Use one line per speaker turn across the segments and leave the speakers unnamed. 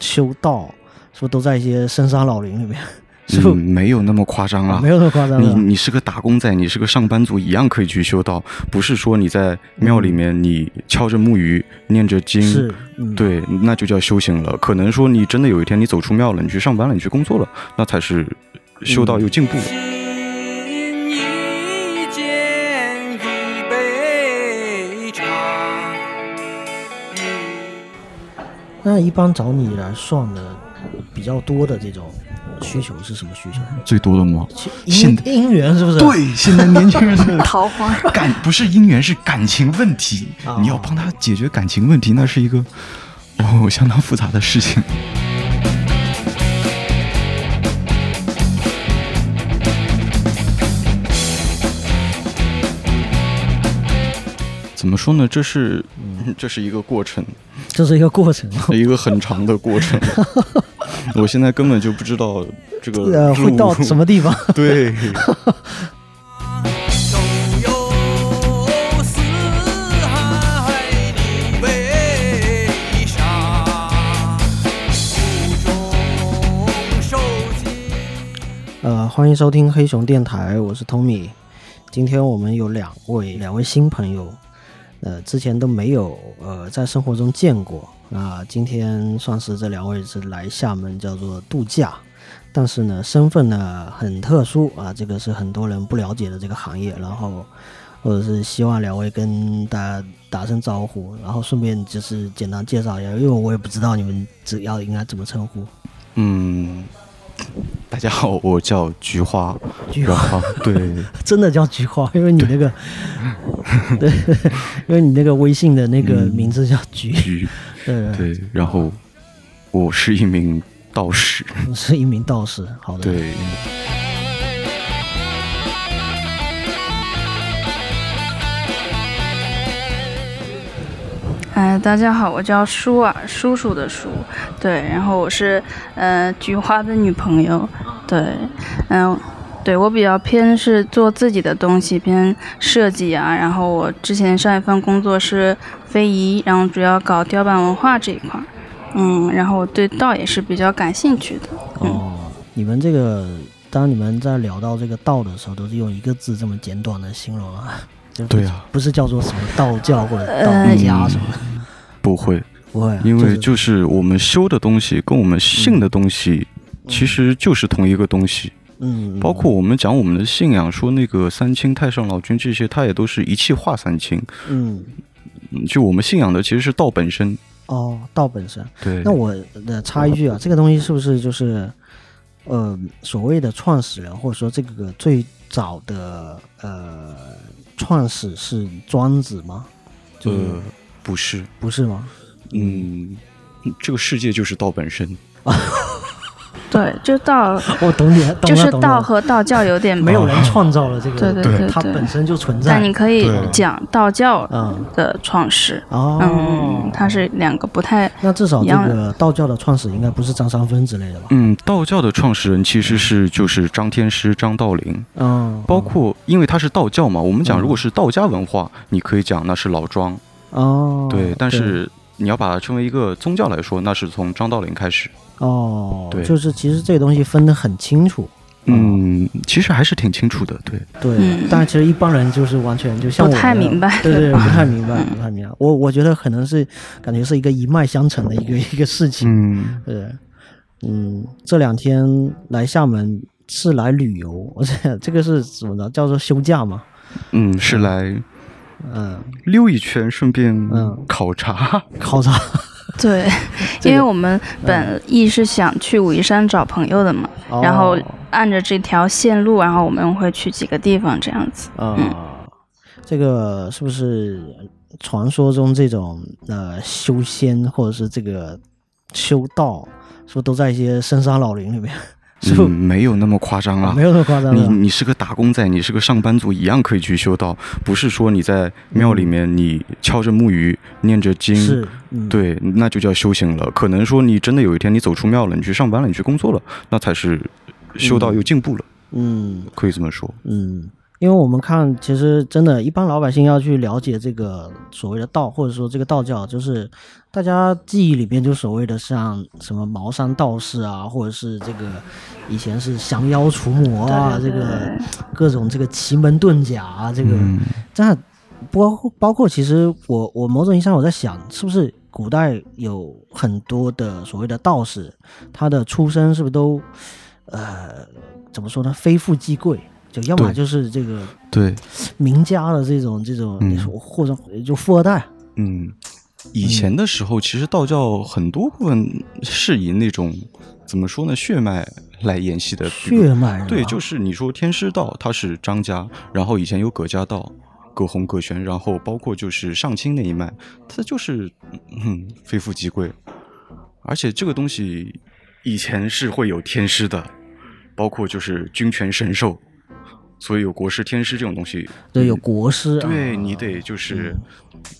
修道，是不是都在一些深山老林里 面？是不
嗯，没有那么夸张啊
没。有那么夸张
你
了。
你是个打工仔，你是个上班族，一样可以去修道。不是说你在庙里面你敲着木鱼念着经，
是，嗯，
对，那就叫修行了。可能说你真的有一天你走出庙了，你去上班了，你去工作了，那才是修
嗯
道又进步。
饮一见一杯茶。
那一般找你来算的比较多的这种需求是什么需求？
最多的吗？
其
现
姻姻缘是不是？，
对，现在年轻人真的
桃花。
感不是姻缘，是感情问题
哦。
你要帮他解决感情问题，那是一个哦相当复杂的事情。怎么说呢？这是这是一个过程，
这是一个过 程。
一个很长的过 程。我现在根本就不知道这个
呃，会
路
到什么地方？
对，
周游四海，你为啥？苦中受尽。
呃，欢迎收听黑熊电台，我是 Tommy。今天我们有两位两位新朋友，呃，之前都没有呃在生活中见过。那、今天算是这两位是来厦门叫做度假，但是呢，身份呢很特殊啊，这个是很多人不了解的这个行业。然后，或者是希望两位跟大家打声招呼，然后顺便就是简单介绍一下，因为我也不知道你们只要应该怎么称呼。
嗯，大家好，我叫菊花，
菊
然后对，
真的叫菊花，因为你那 个，对，因为你那个微信的那个名字叫菊，
菊
对，
对，然后我是一名道士，
是一名道士。好的，
嗯对，
哎，大家好，我叫舒尔，叔叔的叔，对，然后我是呃菊花的女朋友，对，嗯、对我比较偏是做自己的东西，偏设计啊，然后我之前上一份工作是非遗，然后主要搞雕版文化这一块儿，嗯，然后我对道也是比较感兴趣的，
哦，你们这个，当你们在聊到这个道的时候，都是用一个字这么简短的形容啊， 就不
对啊，
不是叫做什么道教或者道
呃
家什么的，
不会，
不会啊，
因为
就
就是我们修的东西跟我们信的东西。其实就是同一个东西，
嗯嗯，嗯
包括我们讲我们的信仰，说那个三清、太上老君这些，它也都是一气化三清。
嗯
嗯就我们信仰的其实是道本身。
哦，道本身。
对，
那我呃插一句啊，这个东西是不是就是呃所谓的创始人，或者说这个最早的呃创始是庄子吗？就是、
呃不是，
不是吗？
嗯，这个世界就是道本身。
对，就道
我懂你了，懂
就
了，
是
懂
道
了。
和道教有点
没有
哦
人创造了这个，
对对对对
它本身就存在
但。你可以
对
讲道教
嗯
的创始，
哦，
嗯，它是两个不太
那至少
一
这
样
个道教的创始应该不是张三丰之类的吧？
嗯，道教的创始人其实是就是张天师、张道陵，
嗯，
包括因为他是道教嘛，我们讲
嗯
如果是道家文化，你可以讲那是老庄，
哦，
对，但是你要把它称为一个宗教来说，那是从张道陵开始。
哦，
对
就是其实这个东西分得很清楚，
嗯，其实还是挺清楚的，对，
对，
嗯
但其实一般人就是完全就像
不
我
太
那样
明 白
对对，
对
不
吧嗯
太明白，不太明白。我我觉得可能是感觉是一个一脉相承的一个一个事情。
嗯，
对，嗯，这两天来厦门是来旅游， 我这这个是怎么着？叫做休假嘛？
嗯，是来
嗯，
溜一圈，顺便
嗯
考察，
考察。
对，
这
因为
个
我们
嗯
本意是想去武夷山找朋友的嘛，
哦
然后按着这条线路，然后我们会去几个地方这样子。
啊、 这个是不是传说中这种呃修仙或者是这个修道，是不是都在一些深山老林里面？ 是不是、
嗯，没有那么夸张啊
没。有那么夸张
你
的？
你是个打工仔，你是个上班族，一样可以去修道。不是说你在庙里面你敲着木鱼念着经，
是，嗯，
对，那就叫修行了。可能说你真的有一天你走出庙了，你去上班了，你去工作了，那才是修道又进步了，
嗯
可以这么说。
嗯，因为我们看，其实真的，一般老百姓要去了解这个所谓的道，或者说这个道教，就是大家记忆里边就所谓的像什么茅山道士啊，或者是这个以前是降妖除魔
哦
啊，
对对
这
对
个各种这个奇门遁甲啊，这个、
嗯
那包括包括，其实我我某种意义上我在想，是不是古代有很多的所谓的道士，他的出身是不是都，呃，怎么说呢？非富即贵，就要么
对
就是这个
对，
名家的这种这种，
嗯
或者就富二代，
嗯，以前的时候，其实道教很多部分是以那种怎么说呢，血脉来沿袭的，比如
血脉是吧
对，就是你说天师道，它是张家，然后以前有葛家道。葛洪、葛玄，然后包括就是上清那一脉，它就是嗯非富即贵，而且这个东西以前是会有天师的，包括就是君权神授，所以有国师、天师这种东西。
对，有国师、啊，
对你得就是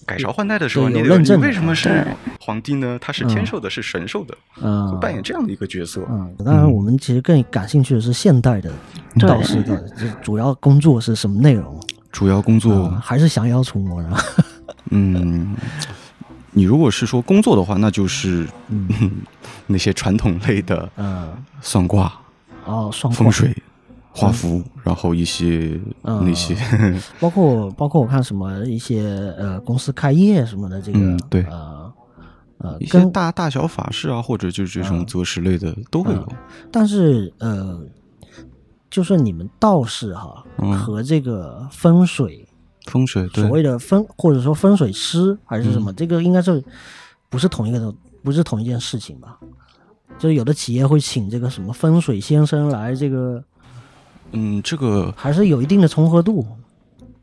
改朝换代的时候，
嗯对
你
有
得有
认
你
证的
为什么是
对
皇帝呢？他是天授的，是神授的，
嗯、
会扮演这样的一个角色。
嗯，当然，我们其实更感兴趣的是现代的
对
道士 的这主要工作是什么内容？
主要工
嗯还是降妖除魔呢？
嗯，你如果是说工作的话，那就是、 那些传统类的
嗯，
算卦、
哦，双
风
管
水、画符，然后一些、
嗯
那些
包括包括我看什么一些呃公司开业什么的，这个、
嗯对
呃呃
一些
跟嗯
大大小法事啊，或者就是这种择时类的都会有。
但是呃，就说你们道士哈、
嗯
和这个风水
风水对嗯
所，谓的风或者说风水师还是什么，这个应该是不是同一个的，不是同一件事情吧？就是有的企业会请这个什么风水先生来，这个
嗯，这个
还是有一定的重合度。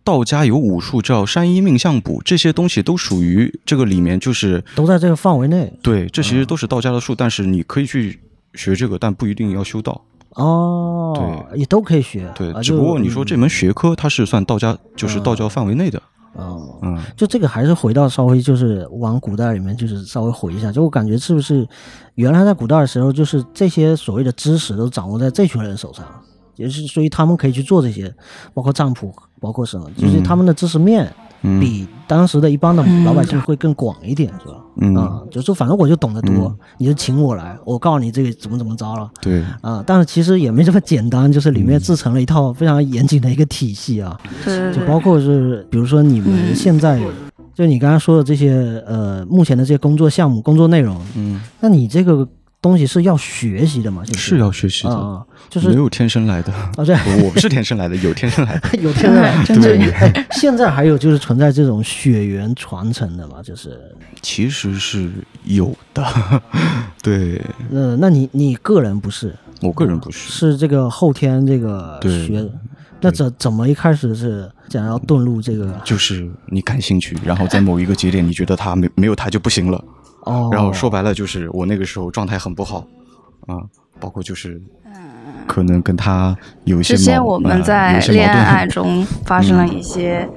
道家有武术叫山医命相卜，这些东西都属于这个里面，就是
都在这个范围内
对，这其实都是道家的
嗯
术，但是你可以去学这个，但不一定要修道。
哦，也都可以学。
对，
啊、
只
就嗯
不过你说这门学科它是算道家，就是道教范围内的。
哦，
嗯，
就这个还是回到稍微就是往古代里面就是稍微回一下，就我感觉是不是原来在古代的时候，就是这些所谓的知识都掌握在这群人手上，也是所以他们可以去做这些，包括占卜，包括什么，就是他们的知识面
嗯
比当时的一般的老百姓会更广一点，是吧？
嗯
啊，就是反正我就懂得多，你就请我来，我告诉你这个怎么怎么着了。
对，
啊，但是其实也没这么简单，就是里
嗯
面制成了一套非常严谨的一个体系啊。
对对
就
对，
包括是，比如说你们现在，就你刚刚说的这些，呃，目前的这些工作项目、工作内容，
嗯，
那你这这个东西是要学习的嘛？就是
要学习
啊、
的，
啊就
没
是
有天生来的。
哦对
我我不是天生来的，有天生来的。
有天然，
真的
哎，现在还有 就是存在这种血缘传承的嘛，就是，
其实是有的， 对
呃，那你你个人不是，
我个人不是。
是这个后天这个
对
学的，那怎怎么一开始是想要遁入这个？
就是你感兴趣，然后在某一个节点，你觉得他没没有他就不行了，
哦，
然后说白了就是我那个时候状态很不好，啊、包括就是，可能跟他有一些
嗯之前
矛
我们
呃有
在
一些
恋
矛盾
爱中发生了一些，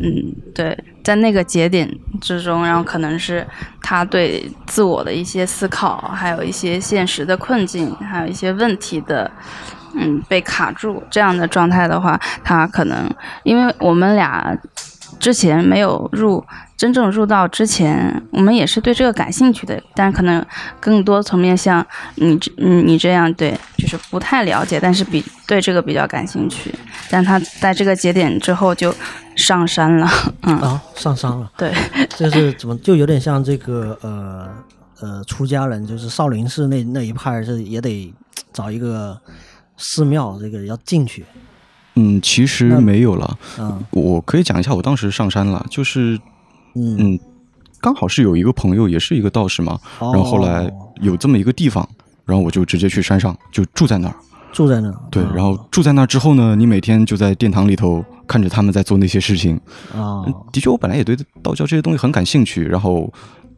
嗯，对，在那个节点之中，然后可能是他对自我的一些思考，还有一些现实的困境，还有一些问题的，嗯，被卡住这样的状态的话，他可能因为我们俩之前没有入真正入道之前，我们也是对这个感兴趣的，但可能更多层面像你这嗯你这样对，就是不太了解，但是比对这个比较感兴趣。但他在这个节点之后就上山了， 嗯，
啊上山了。
对，
这是怎么就有点像这个呃呃出家人，就是少林寺那那一派是也得找一个寺庙，这个要进去，
嗯，其实没有了。
嗯
我可以讲一下我当时上山了，就是
嗯，
嗯，刚好是有一个朋友也是一个道士嘛，
哦
然后后来有这么一个地方，然后我就直接去山上就住在那儿。
住在那儿，嗯
对，然后住在那儿之后呢，你每天就在殿堂里头看着他们在做那些事情。
啊、
嗯的确，我本来也对道教这些东西很感兴趣，然后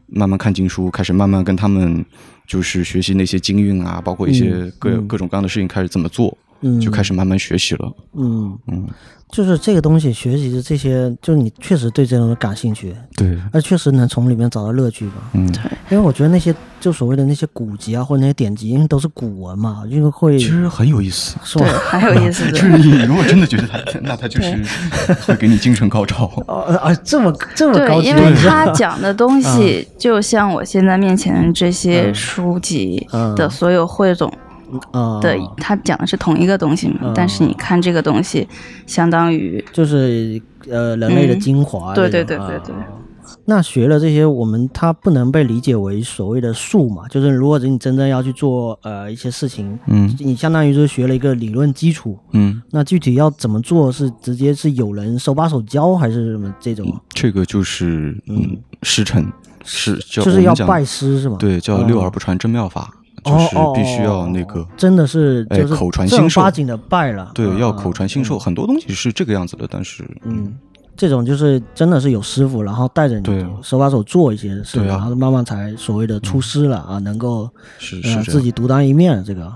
慢慢看经书，开始慢慢跟他们就是学习那些经运啊，包括一些
嗯
各、
嗯
各种各样的事情，开始怎么做。
嗯
就开始慢慢学习了。
嗯，
嗯，
就是这个东西，学习的这些，就是你确实对这种感兴趣，
对，
而确实能从里面找到乐趣吧。
嗯，
因为我觉得那些就所谓的那些古籍啊，或者那些典籍，因为都是古文嘛，因为会
其实很有意思。
是
对，
吧？
很有意思
就
的。
是你如果真的觉得他，那他就是会给你精神 高潮。
哦，啊，这么这么高
对，
级，
因为他讲的东西，就像我现在面前这
嗯
些书籍的所有汇总
啊，
的，
嗯
他讲的是同一个东西嘛。但是你看这个东西，相当于
就是呃人类的
嗯
精华这
对
种。
对对对对
啊那学了这些，我们它不能被理解为所谓的术嘛，就是如果你真正要去做呃一些事情，
嗯
你相当于就是学了一个理论基础。
嗯，
那具体要怎么做，是直接是有人手把手教，还是什么这种？
这个就是嗯师承，是叫
就是要
我们讲
拜师是吗？
对，叫
嗯
六耳不传真妙法，就
哦
是
哦
必须要那
哦
个
哦。真的是
哎
就是
口传
正
心授
儿八经的拜了，
对，
嗯
要
嗯
口传心授，很多东西是这个样子的，但是
嗯，这种就是真的是有师傅，然后带着
对啊
你手把手做一些事，
对啊
然后慢慢才所谓的出师了啊，能够
是是
呃
这
自
样，
己独当一面这个。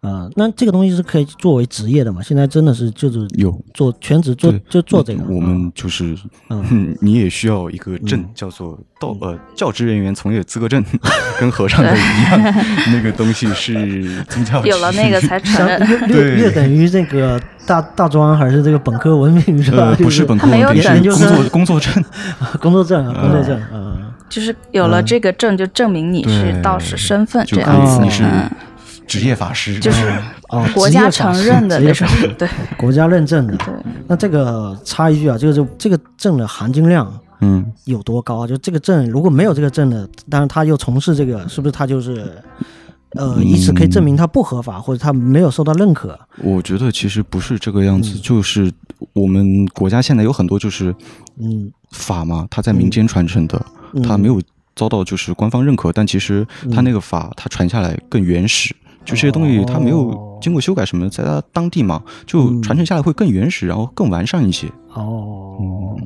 啊、那这个东西是可以作为职业的嘛？现在真的是就是
有
做全职做
对
就做这个。
我们就是
嗯，
哼 你也需要一个证，叫做道呃教职人员从业资格证， 跟和尚的一 样，那个东西哦是宗教
有了
指
那个
引
才承
相
认。
略略
对
略等于这个大大专还是这个本科文凭是吧？
呃
就
不是本科呃
他没
文
有
凭，
等
是
就
工
是
作工作证，
工作证啊，工作证，嗯，
就是有了这个证，就证明你是
对
道士身份，
就
这
可
样
以
子
你是
嗯
职业法师，
就是
哦，
国
职业
家
法
承
师
认的
职业
那种
法师。
对
国家认证的。
对，
那这个插一句啊，这个就这个证的含金量
嗯，
有多高啊？就这个证如果没有这个证的，但是他又从事这个，是不是他就是呃，以此可以证明他不合法，或者他没有受到认可？
我觉得其实不是这个样子，就是我们国家现在有很多就是
嗯
法嘛，它在民间传承的，
嗯
它没有遭到就是官方认可，但其实它那个法它传下来更原始，就这些东西它没有经过修改什么的，在它当地嘛，就传承下来会更原始，然后更完善一些。
哦。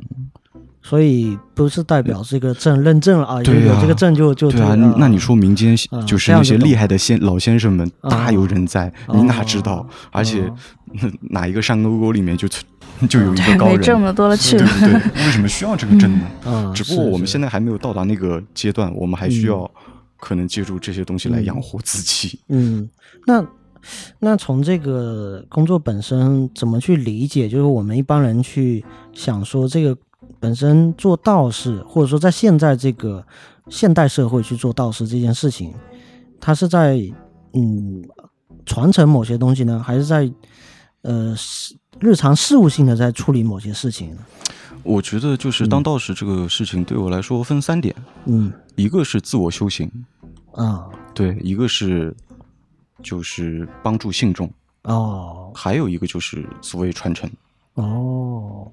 所以不是代表这个证认证了啊，就
对啊
有这个证就就
对啊，
这个
那你说民间
嗯
就是
这样
那
就
些
懂
厉害的先老先生们
嗯
大有人在，你哪知道？而且
嗯
哪一个山沟沟里面就存就有一个高
没
人，
证的多了去
对
了。
对对，为什么需要这个证呢？
嗯
只不过我们现
在
在还没有到达那个阶段，我们还需要可能借助这些东西来养活自己。
嗯，那那从这个工作本身怎么去理解？就是我们一般人去想说，这个本身做道士，或者说在现在这个现代社会去做道士这件事情，它是在嗯传承某些东西呢，还是在呃事日常事务性的在处理某些事情呢？
我觉得就是当道士这个事情对我来说分三点，
嗯
一个是自我修行，
啊
对，一个是就是帮助信众，
哦
还有一个就是所谓传承。
哦，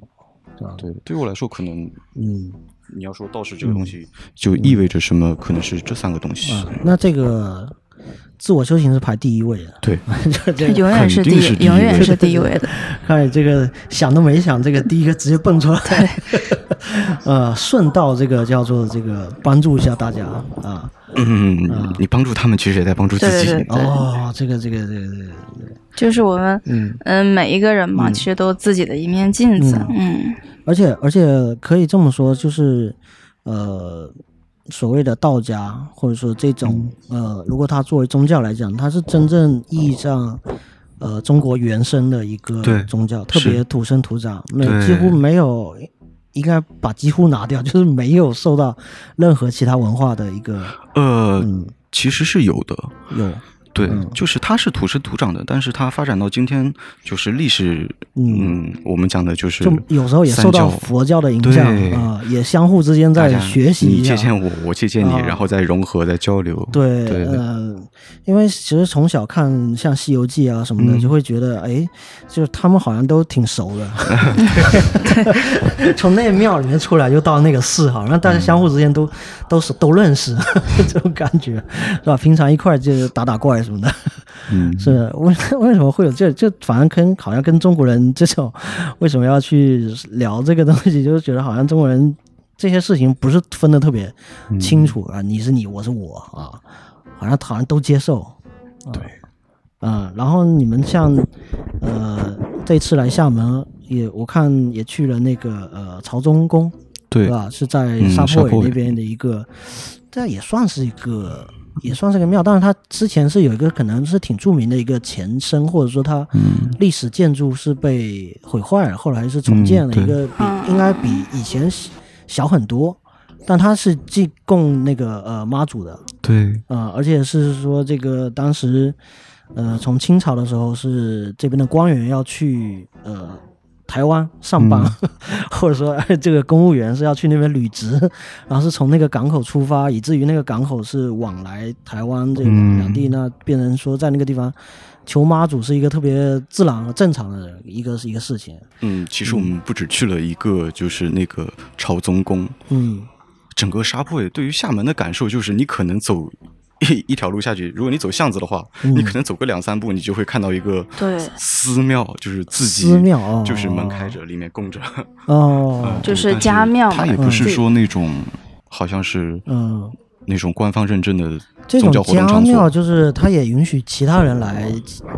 这样
对，对我来说可能。
嗯。
你要说道士这个东西嗯就意味着什么？可能是这三个东西，
啊，那这个自我修行是排第一 位的，
对，
这这
永远是
肯
第
定是第一
永远
位
是第一位的，
看来这个想都没想，这个第一个直接蹦出来。 呃，顺道这个叫做这个帮助一下大家啊。
嗯，你帮助他们，其实也在帮助自己。
对对对
哦，这个这个这个这个，
就是我们
嗯，
嗯每一个人嘛，其实都有自己的一面镜子，嗯，
而且而且可以这么说，就是呃，所谓的道家或者说这种
嗯
呃，如果它作为宗教来讲，它是真正意义上。呃，中国原生的一个
对
宗教，特
是
别土生土长，没
对
几乎没有，应该把几乎拿掉， 就是没有受到任何其他文化的一个
呃，
嗯
其实是有的，
有
对，就是它是土生土长的，但是它发展到今天，就是历史，
嗯
嗯，我们讲的就是
就有时候也受到
三教
佛教的影响
对
啊、也相互之间
大
在
家
学习
你
一下
借。鉴我，我借鉴你，然后再融合，再交流。
对，
嗯对嗯对
呃，因为其实从小看像《西游记》啊什么的，
嗯
就会觉得，哎，就是他们好像都挺熟的， 从那个庙里面出来就到那个寺，好像大家相互之间都、都是都认识， 这种感觉是吧？平常一块儿就是打打怪什么的，
嗯，
是为为什么会有这这？反正跟好像跟中国人这种为什么要去聊这个东西，就是觉得好像中国人这些事情不是分的特别清楚啊，你是你，我是我啊，好像好像都接受。
对，
嗯、然后你们像呃这次来厦门也我看也去了那个呃朝宗宫，
对
吧？是在
嗯
沙坡
沙坡
尾
尾
那边的一个，这也算是一个，也算是个庙。但是它之前是有一个可能是挺著名的一个前身，或者说它历史建筑是被毁坏了，后来是重建了
嗯嗯
一个比、
嗯
应该比以前小很多，但它是祭供那个呃妈祖的，
对，
呃，而且是说这个当时，呃，从清朝的时候是这边的官员要去呃台湾上班， 或者说这个公务员是要去那边履职，然后是从那个港口出发，以至于那个港口是往来台湾这个
嗯
两地，那变成说在那个地方求妈祖是一个特别自然和正常的一个是一个事情，
嗯，其实我们不止去了一个，就是那个朝宗宫，
嗯
整个沙坡尾对于厦门的感受就是，你可能走一一条路下去，如果你走巷子的话，
嗯
你可能走个两三步，你就会看到一个
对
寺庙，就是自己
寺庙哦
就是门开着，里面供着，
哦
嗯
就是
但
家庙
它
嘛
也不是
嗯
说那种好像是
嗯。
那种官方认证的
这
宗
种
教活动
家
场
庙
所。哦
就是它也允许其他人来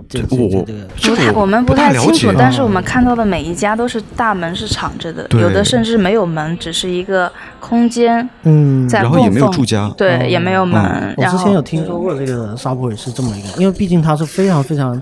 这这
我
这这个
我
不太，我们
不
太
了
清
解啊
啊
楚，但是我们看到的每一家都是大门是敞着的，
对
有的甚至没有门，只是一个空间
嗯，
在
然
供
后也
奉。
没有住家，
哦
对，也没有门。
嗯
我
然
之
后
前有听说过这个沙坡尾是这么一个，因为毕竟它是非常非常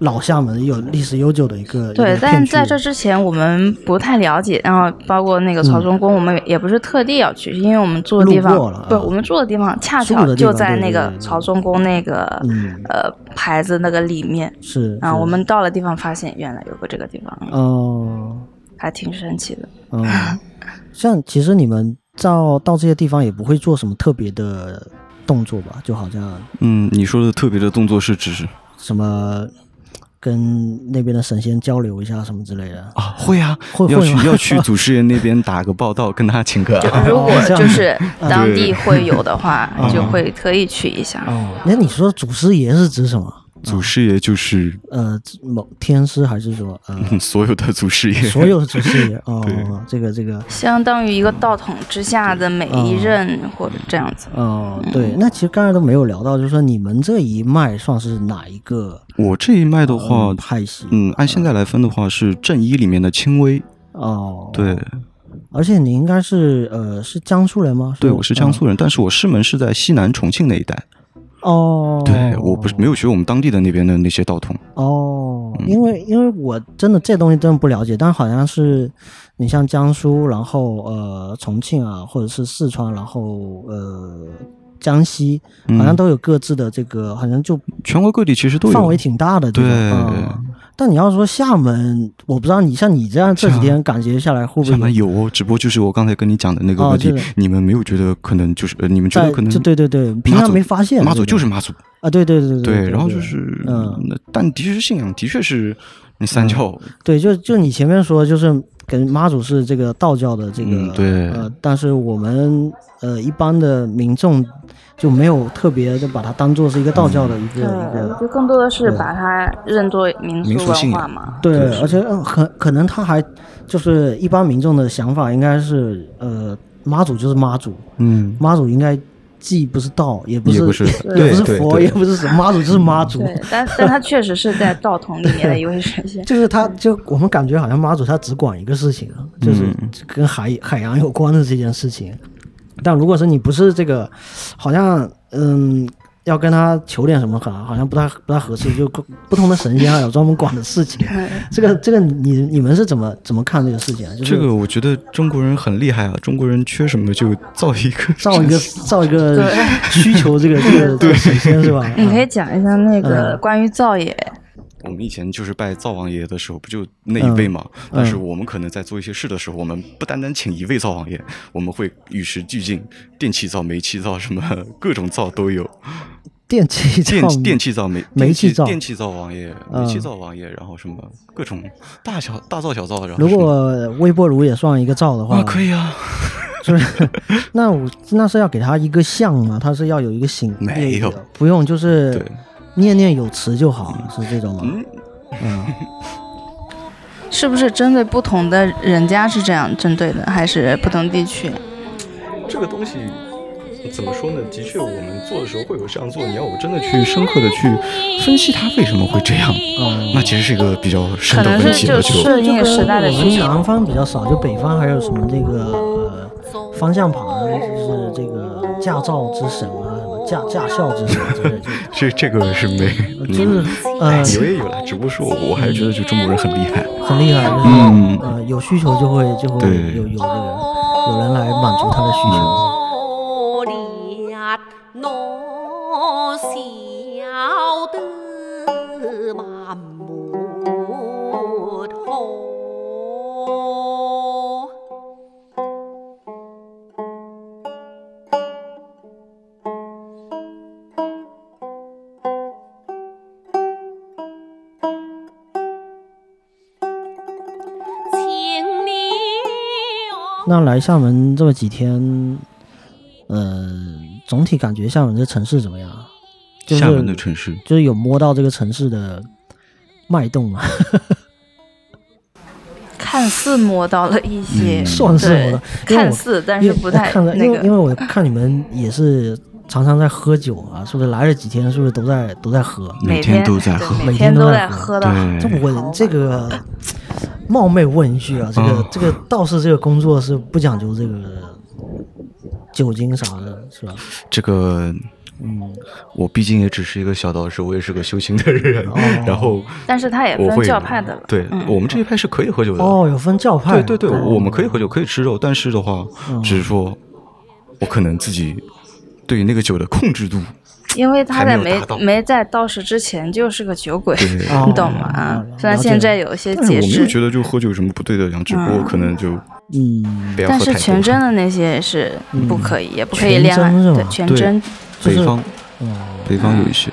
老厦门有历史悠久的一个一
对
个，嗯
但
片
在
区
这之前我们不太了解，然后包括那个朝宗宫，我们也不是特地要去，因为我们住的地
路过
方
了，
不，
啊
我们住的地方恰
住的地方
巧就在
对
那
对
个
对
朝宗宫那个
嗯
呃牌子那个里面
是
啊。
是
我们到了地方发现原来有个这个地方，
哦
还挺神奇的。
哦，像其实你们到到这些地方也不会做什么特别的动作吧？就好像
嗯，你说的特别的动作是指
什么跟那边的神仙交流一下什么之类的。
啊，会啊，
会
要
会
去
吗
要去祖师爷那边打个报道，跟他请啊个 安。
如果
这样
就是当地
对
会有的话
嗯，
就会特意去一下。
哦，那你说祖师爷是指什么？
祖师爷就是
呃，某天师还是说呃
所有的祖师爷，
所有的祖师爷？哦
对，
这个这个。
相当于一个道统之下的每一
嗯
任或者这样子，
哦，对，那其实刚才都没有聊到，就是说你们这一脉算是哪一个
我这一脉的话
嗯，派系？
嗯，按现在来分的话，是正一里面的轻微，
哦，
对，
而且你应该是呃是嗯江苏人吗？
对我是江苏
人。
人，但是我师门是在西南重庆那一带，
哦，
对我不是嗯没有学我们当地的那边的那些道统，
哦，因为因为我真的这东西真的不了解，但好像是你像江苏，然后呃重庆啊，或者是四川，然后呃江西，好像
嗯
都有各自的这个，好像就
全国各地其实都有，
范围挺大的这种。
对
嗯但你要说厦门，我不知道你像你这样这几天感觉下来会不
厦
会
门有哦，只不过就是我刚才跟你讲的那个
哦
问题
这个，
你们没有觉得可能就是，呃你们觉
在
得可能
就对对对，平
妈
常
祖
没发现
妈祖
这个
就是妈祖，
啊，对对对对，
然后就是，
嗯，
那但的确是信仰，的确是那三教，
对，就就你前面说就是跟妈祖是这个道教的这个、
嗯对
呃，但是我们呃一般的民众就没有特别的把它当做是一个道教的一个、一个
就更多的是
对
把它认作民
民
俗
俗
文
信
啊
化
仰
嘛。
对
对，
而且呃可可能他还就是一般民众的想法应该是，呃，妈祖就是妈祖，
嗯，
妈祖应该既不是道，也不
也
是
不是
也
对
不是
对
佛，
对
也不是什么，妈祖就是妈祖。。
对，但但它确实是在道统里面的一位神仙
就是他，就我们感觉好像妈祖他只管一个事情啊，
嗯
就是跟海海洋有关的这件事情。但如果是你不是这个，好像嗯，要跟他求点什么，好像好像不太不太合适。就不不同的神仙还有专门管的事 情，
嗯
这个这个你你们是怎么怎么看这个事情啊？就是
这个我觉得中国人很厉害啊，中国人缺什么就造一个，
造一 个造一个需求这个这个这个神仙是吧？啊
你可以讲一下那个
嗯
关于灶爷，
我们以前就是拜灶王爷的时候，不就那一
嗯
位嘛？但是我们可能在做一些事的时候，我们不单单请一位灶王爷，我们会与时俱进，电器灶、煤气灶，什么各种灶都有。
电器
电
造
电器灶、煤
煤
电
气灶
电气灶王爷、
嗯
煤气灶王爷，然后什么各种大小大灶、小灶，然后
如
什么
果微波炉也算一个灶的话，
啊可以啊，
就是 那我那是要给他一个像吗？他是要有一个形？
没有，
不用，就是
对
念念有词就好了，是这种吗？
嗯，
是不是针对不同的人家是这样针对的，还是不同地区？
这个东西怎么说呢？的确，我们做的时候会有这样做。你要我真的去深刻的去分析它为什么会这样，
嗯
那其实是一个比较深
可
的
能
问
是
题
就
了。就
顺应时代的
我们
需求。
南方比较少，就北方还有什么这个呃方向盘，就是这个驾照之神啊，什么驾驾校之神之类的，
这这个是没，
就
嗯
是呃
有也有啦，只不过是我我还是觉得就中国人很厉害。
很厉害，就是
嗯
呃有需求就会就会
对
有有这个有人来满足他的需求。
我晓得万没好。请你哦
那来厦门这么几天，呃，总体感觉厦门这城市怎么样？就是
厦门的城市，
就是有摸到这个城市的脉动吗？
看似摸到了一些，
嗯
算是
对
摸到因为我
看似，但
因
是
为
不太
看了，
那
因为因为
个。
我看你们也是常常在喝酒啊，是不是？来了几天，是不是都在都在喝？
每
每
天都在喝
对
每
每
天
天
都在
在
喝
喝到
对
这我这个冒昧问一句啊，这个、
啊
这个道士这个工作是不讲究这个酒精啥的，是吧？
这个，
嗯，
我毕竟也只是一个小道士，我也是个修行的人，然后
但是他也
我
分
会
教派的了，
对
嗯
我们这一派是可以喝酒的。
哦，有分教派，
对对对，我们可以喝酒，可以吃肉，但是的话，
嗯
只是说，我可能自己对那个酒的控制度，
因为他
还
在
没有
没
达到
没在道士之前就是个酒鬼，
对
哦
你懂吗？啊
了
虽然
解
现在有一些
但是
节
我没有
制，
觉得就喝酒有什么不对的地方，只不过可能就
嗯，
不要
但
喝
是
太
全
多。嗯
真的那些也是不可以，也不可以
全
恋爱，
真是
对
吗
全
对
真
就
北
是
方，
哦，
北方有一些，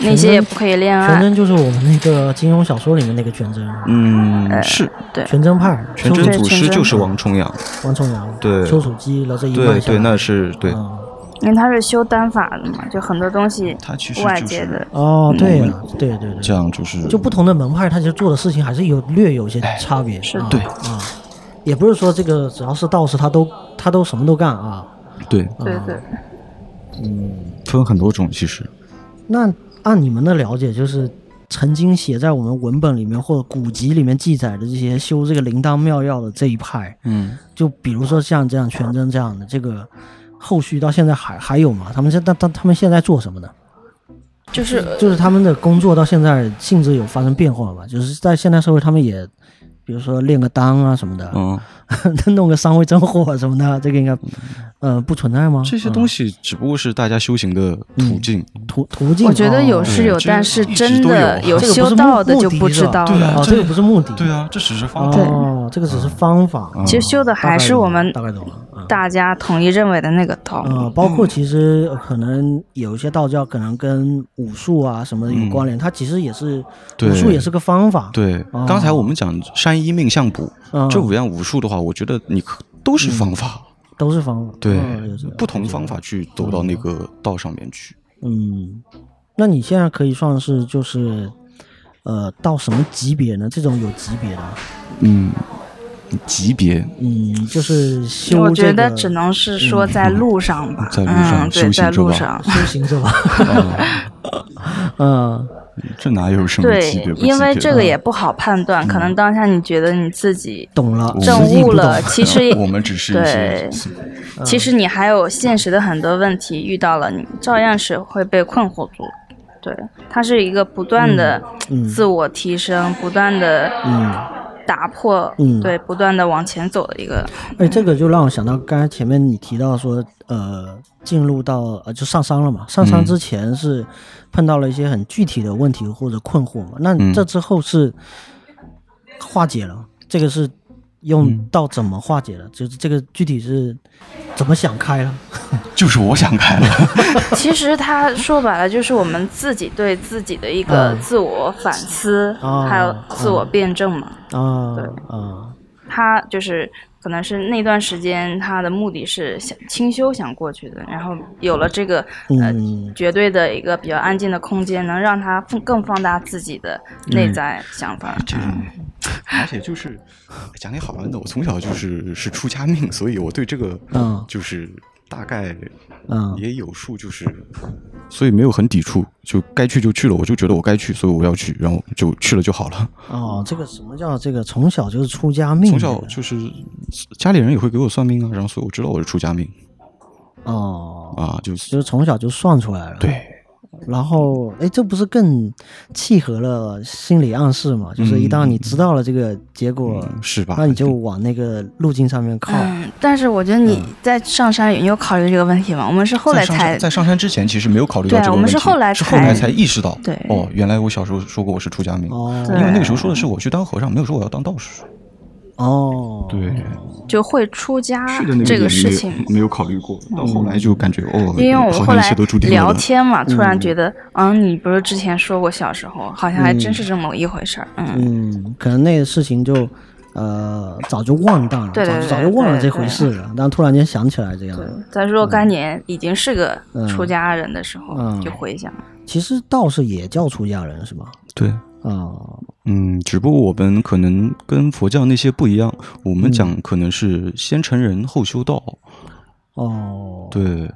那些也不可以恋
全
爱，
真就是我们那个金庸小说里面那个全真，啊
嗯，是
呃对，
全真派，
全
丘
真
处
祖
全
师
真
就是王重阳，
王重阳，
对
丘处机，然后这一脉
对
下
对，
来
那是对，
嗯
因为他是修丹法的嘛，就很多东西
他其实
外
就
界
是
的，
哦，对呀、
嗯
对对对，
这样就是
就不同的门派，他其实做的事情还是有略有些差别。
是
啊
哎对
啊，也不是说这个只要是道士，他都他都什么都干啊。
对
啊
对对。
分很多种，其实
那按你们的了解，就是曾经写在我们文本里面或者古籍里面记载的这些修这个灵丹妙药的这一派，
嗯，
就比如说像这样全真这样的，这个后续到现在还还有吗？他们现在他他们现在做什么呢？
就是
就是他们的工作到现在性质有发生变化吗？就是在现代社会，他们也。比如说炼个丹啊什么的，
嗯，
弄个商会真火什么的，这个应该，呃，不存在吗？
这些东西只不过是大家修行的途径，
嗯途途径，
我觉得有
哦
是
对
有，
这
但
个
是
一直
真
都
的
有
有
啊
这个不
修
是
道的
目
就
的
不
是
知
吧
道
对啊
了。
哦，
这
这个不是目的，
对啊，这只是方法，
哦，这个只是方法。
嗯
其实修的
大概
还是
懂
我
了
们
大概懂了，嗯
大家统一认为的那个道。
呃，包括其实可能有一些道教可能跟武术啊什么的有关联，它其实也是
嗯对
武术也是个方法，
对
哦，
刚才我们讲山医命相卜
嗯，
这五样武术的话，我觉得你可都是方法，
都是方法，
对
嗯有这，
不同方法去走到那个道上面去。
嗯，那你现在可以算是就是。呃，到什么级别呢？这种有级别的，
嗯，级别
嗯，就是修、这个、嗯
我觉得只能是说在路上吧，
在路上
嗯，对，
修行
在
之
路
道
上，
修行 是吧？嗯，
这哪有什么
对
级别？，啊
因为这个也不好判断，
嗯
可能当下你觉得你自己
懂
哦
了，
证
实际
悟
不懂
了，其实
我们只是一些
对，其
嗯
实你还有现实的很多问题遇到了，你照样是会被困惑住。对，它是一个不断的
嗯
自我提升，不断的打破，
嗯
对，不断的往前走的一 个。
哎，这个就让我想到刚才前面你提到说，呃，进入到呃就上山了嘛，上
嗯
山之前是碰到了一些很具体的问题或者困惑嘛，那你
嗯
这之后是化解了，这个是
嗯
用到怎么化解了，就是这个具体是怎么想开了，
就是我想开了。
其实他说白了就是我们自己对自己的一个
嗯
自我反思，
哦
还有自我
嗯
辩证嘛。
啊
对
啊，
他就是可能是那段时间他的目的是想清修想过去的，然后有了这个呃、
嗯
绝对的一个比较安静的空间，能让他更更放大自己的内在想法。
嗯哎这种而且就是讲点好玩的，我从小就是是出家命，所以我对这个
嗯
就是大概
嗯
也有数，就是所以没有很抵触，就该去就去了，我就觉得我该去，所以我要去，然后就去了就好了。
哦，这个什么叫这个从小就是出家
嗯
命？
从小就是家里人也会给我算命啊，然后所以我知道我是出家命
哦，
啊，就是
嗯
就是从小就算出来了。
对，
然后，哎，这不是更契合了心理暗示嘛？就是一旦你知道了这个结果，
嗯是吧？
那你就往那个路径上面靠。
嗯，但是我觉得你在上山也有考虑这个问题嘛？我们是后来
嗯在上
才
山在上山之前，其实没有考虑到
对啊
这个
我
问
们
题，
是后来
是后
才
来才意识到，
对
哦，原来我小时候说过我是出家命，
哦，
对
因为那个时候说的是我去当和尚，没有说我要当道士。
哦，，
对，
就会出家
去的那
这
个
个事情。
没有考虑过，到后来就感觉哦，
因为我们
好
后
像一
来
切都注定了
聊
的。
天嘛，突然觉得，嗯，你不是之前说过小时候，好像还真是这么一回事儿，嗯，
嗯，可能那个事情就，呃，早就忘淡了，
对对
早就
对
早就忘了
对
这回事了，但突然间想起来这样
对
子。。
在若干年已经是个
嗯
出家人的时候
嗯，
就回想，
其实道士也叫出家人是吗？
对，
啊、
嗯，只不过我们可能跟佛教那些不一样，我们
嗯
讲可能是先成人后修道。
哦，，
对，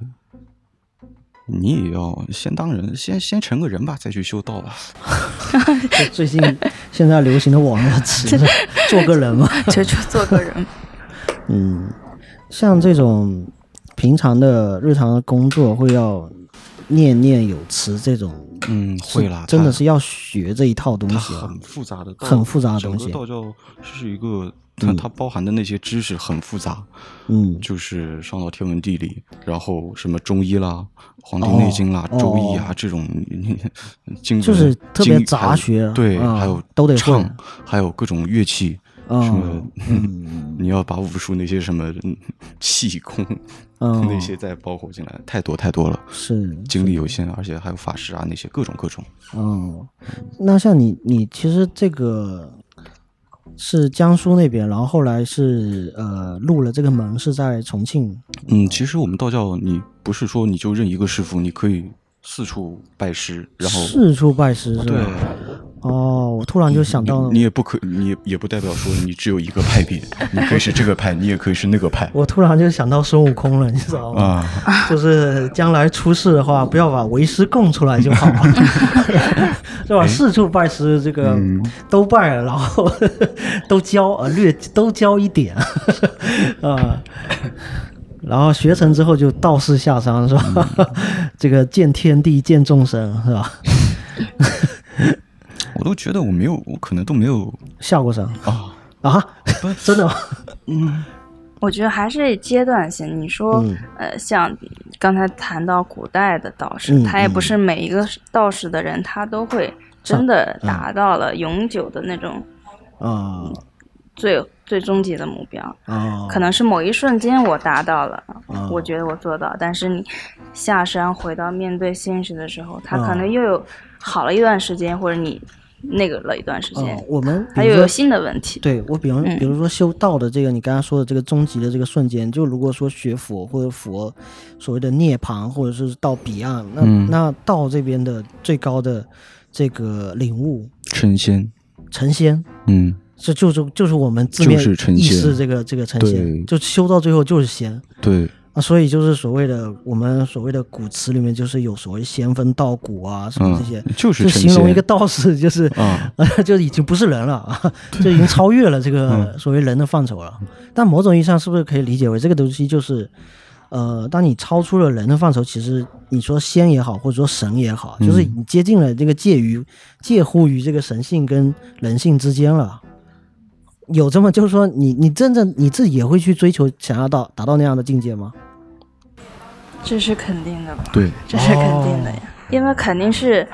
你也要先当人，先先成个人吧，再去修道吧。
最近现在流行的网络 词，做个人嘛。
就就做 个人，
嗯，像这种平常的日常的工作会要念念有词这种，
嗯，会啦，
真的
它
是要学这一套东
它
西啊
很。复杂的道，
很复杂的
整
东
个
西
道教是一个，它它包含的那些知识很复杂，
嗯，
就是上到天文地理，然后什么中医啦、黄帝内经啦、
哦
周易啊、
哦
这种你你经呃
就是特别
经
杂学
还有对，
啊
还有
都得
唱
会，
还有各种乐器，
哦
什么
嗯
你要把武术那些什么 嗯气功、
哦
那些再包括进来，太多太多了。
嗯是，
精力有限，而且还有法师啊，那些各种各种。
哦，那像你，你其实这个是江苏那边，然后后来是呃入了这个门是在重庆，
嗯，其实我们道教，你不是说你就认一个师傅，你可以四处拜师，然后
四处拜师是
对，
吧？哦，我突然就想到
你，你也不可，你也也不代表说你只有一个派别，你可以是这个派，你也可以是那个派
我突然就想到孙悟空了，你知道吗？
啊。
就是将来出世的话，不要把为师供出来就好了，是吧？四处拜师，这个都拜了，然后都教啊，略都教一点啊。然后学成之后就道士下山是吧？ 这个见天地、见众生是吧？
我都觉得我没有，我可能都没有
下过山
啊。
啊？ 真的吗？
我觉得还是阶段性。你说，
嗯
呃，像刚才谈到古代的道士
嗯，
他也不是每一个道士的人，他都会真的
嗯
达到了永久的那种
啊
最最终极的目标。
啊，
可能是某一瞬间我达到了，
哦
我觉得我做到，但是你下山回到面对现实的时候，他
哦
可能又有好了一段时间，或者你那个了一段时间
哦，，我们比
他
如
又
说
有新的问题。
对我，比方比如说修道的这个，你刚刚说的这个终极的这个瞬间，就如果说学佛或者佛所谓的涅槃，或者是到彼岸，那、
嗯
那道这边的最高的这个领悟
成仙，
成仙，
嗯，
这就是就是我们字面
就是成
意
仙
识这个这个成
对
仙，就修到最后就是仙。
对，
啊，所以就是所谓的我们所谓的古词里面，就是有所谓仙风道骨啊，什么这些，
嗯就是成
形容
仙
一个道士，就是
啊
就已经不是人了啊， 就已经超越了这个
嗯
所谓人的范畴了。但某种意义上，是不是可以理解为这个东西就是，呃，当你超出了人的范畴，其实你说仙也好，或者说神也好，就是
嗯
你接近了这个介于介乎于这个神性跟人性之间了。有这么，就是说你你真正你自己也会去追求，想要到达到那样的境界吗？
这是肯定的吧？
对，
这是肯定的呀，
哦
因为肯定是，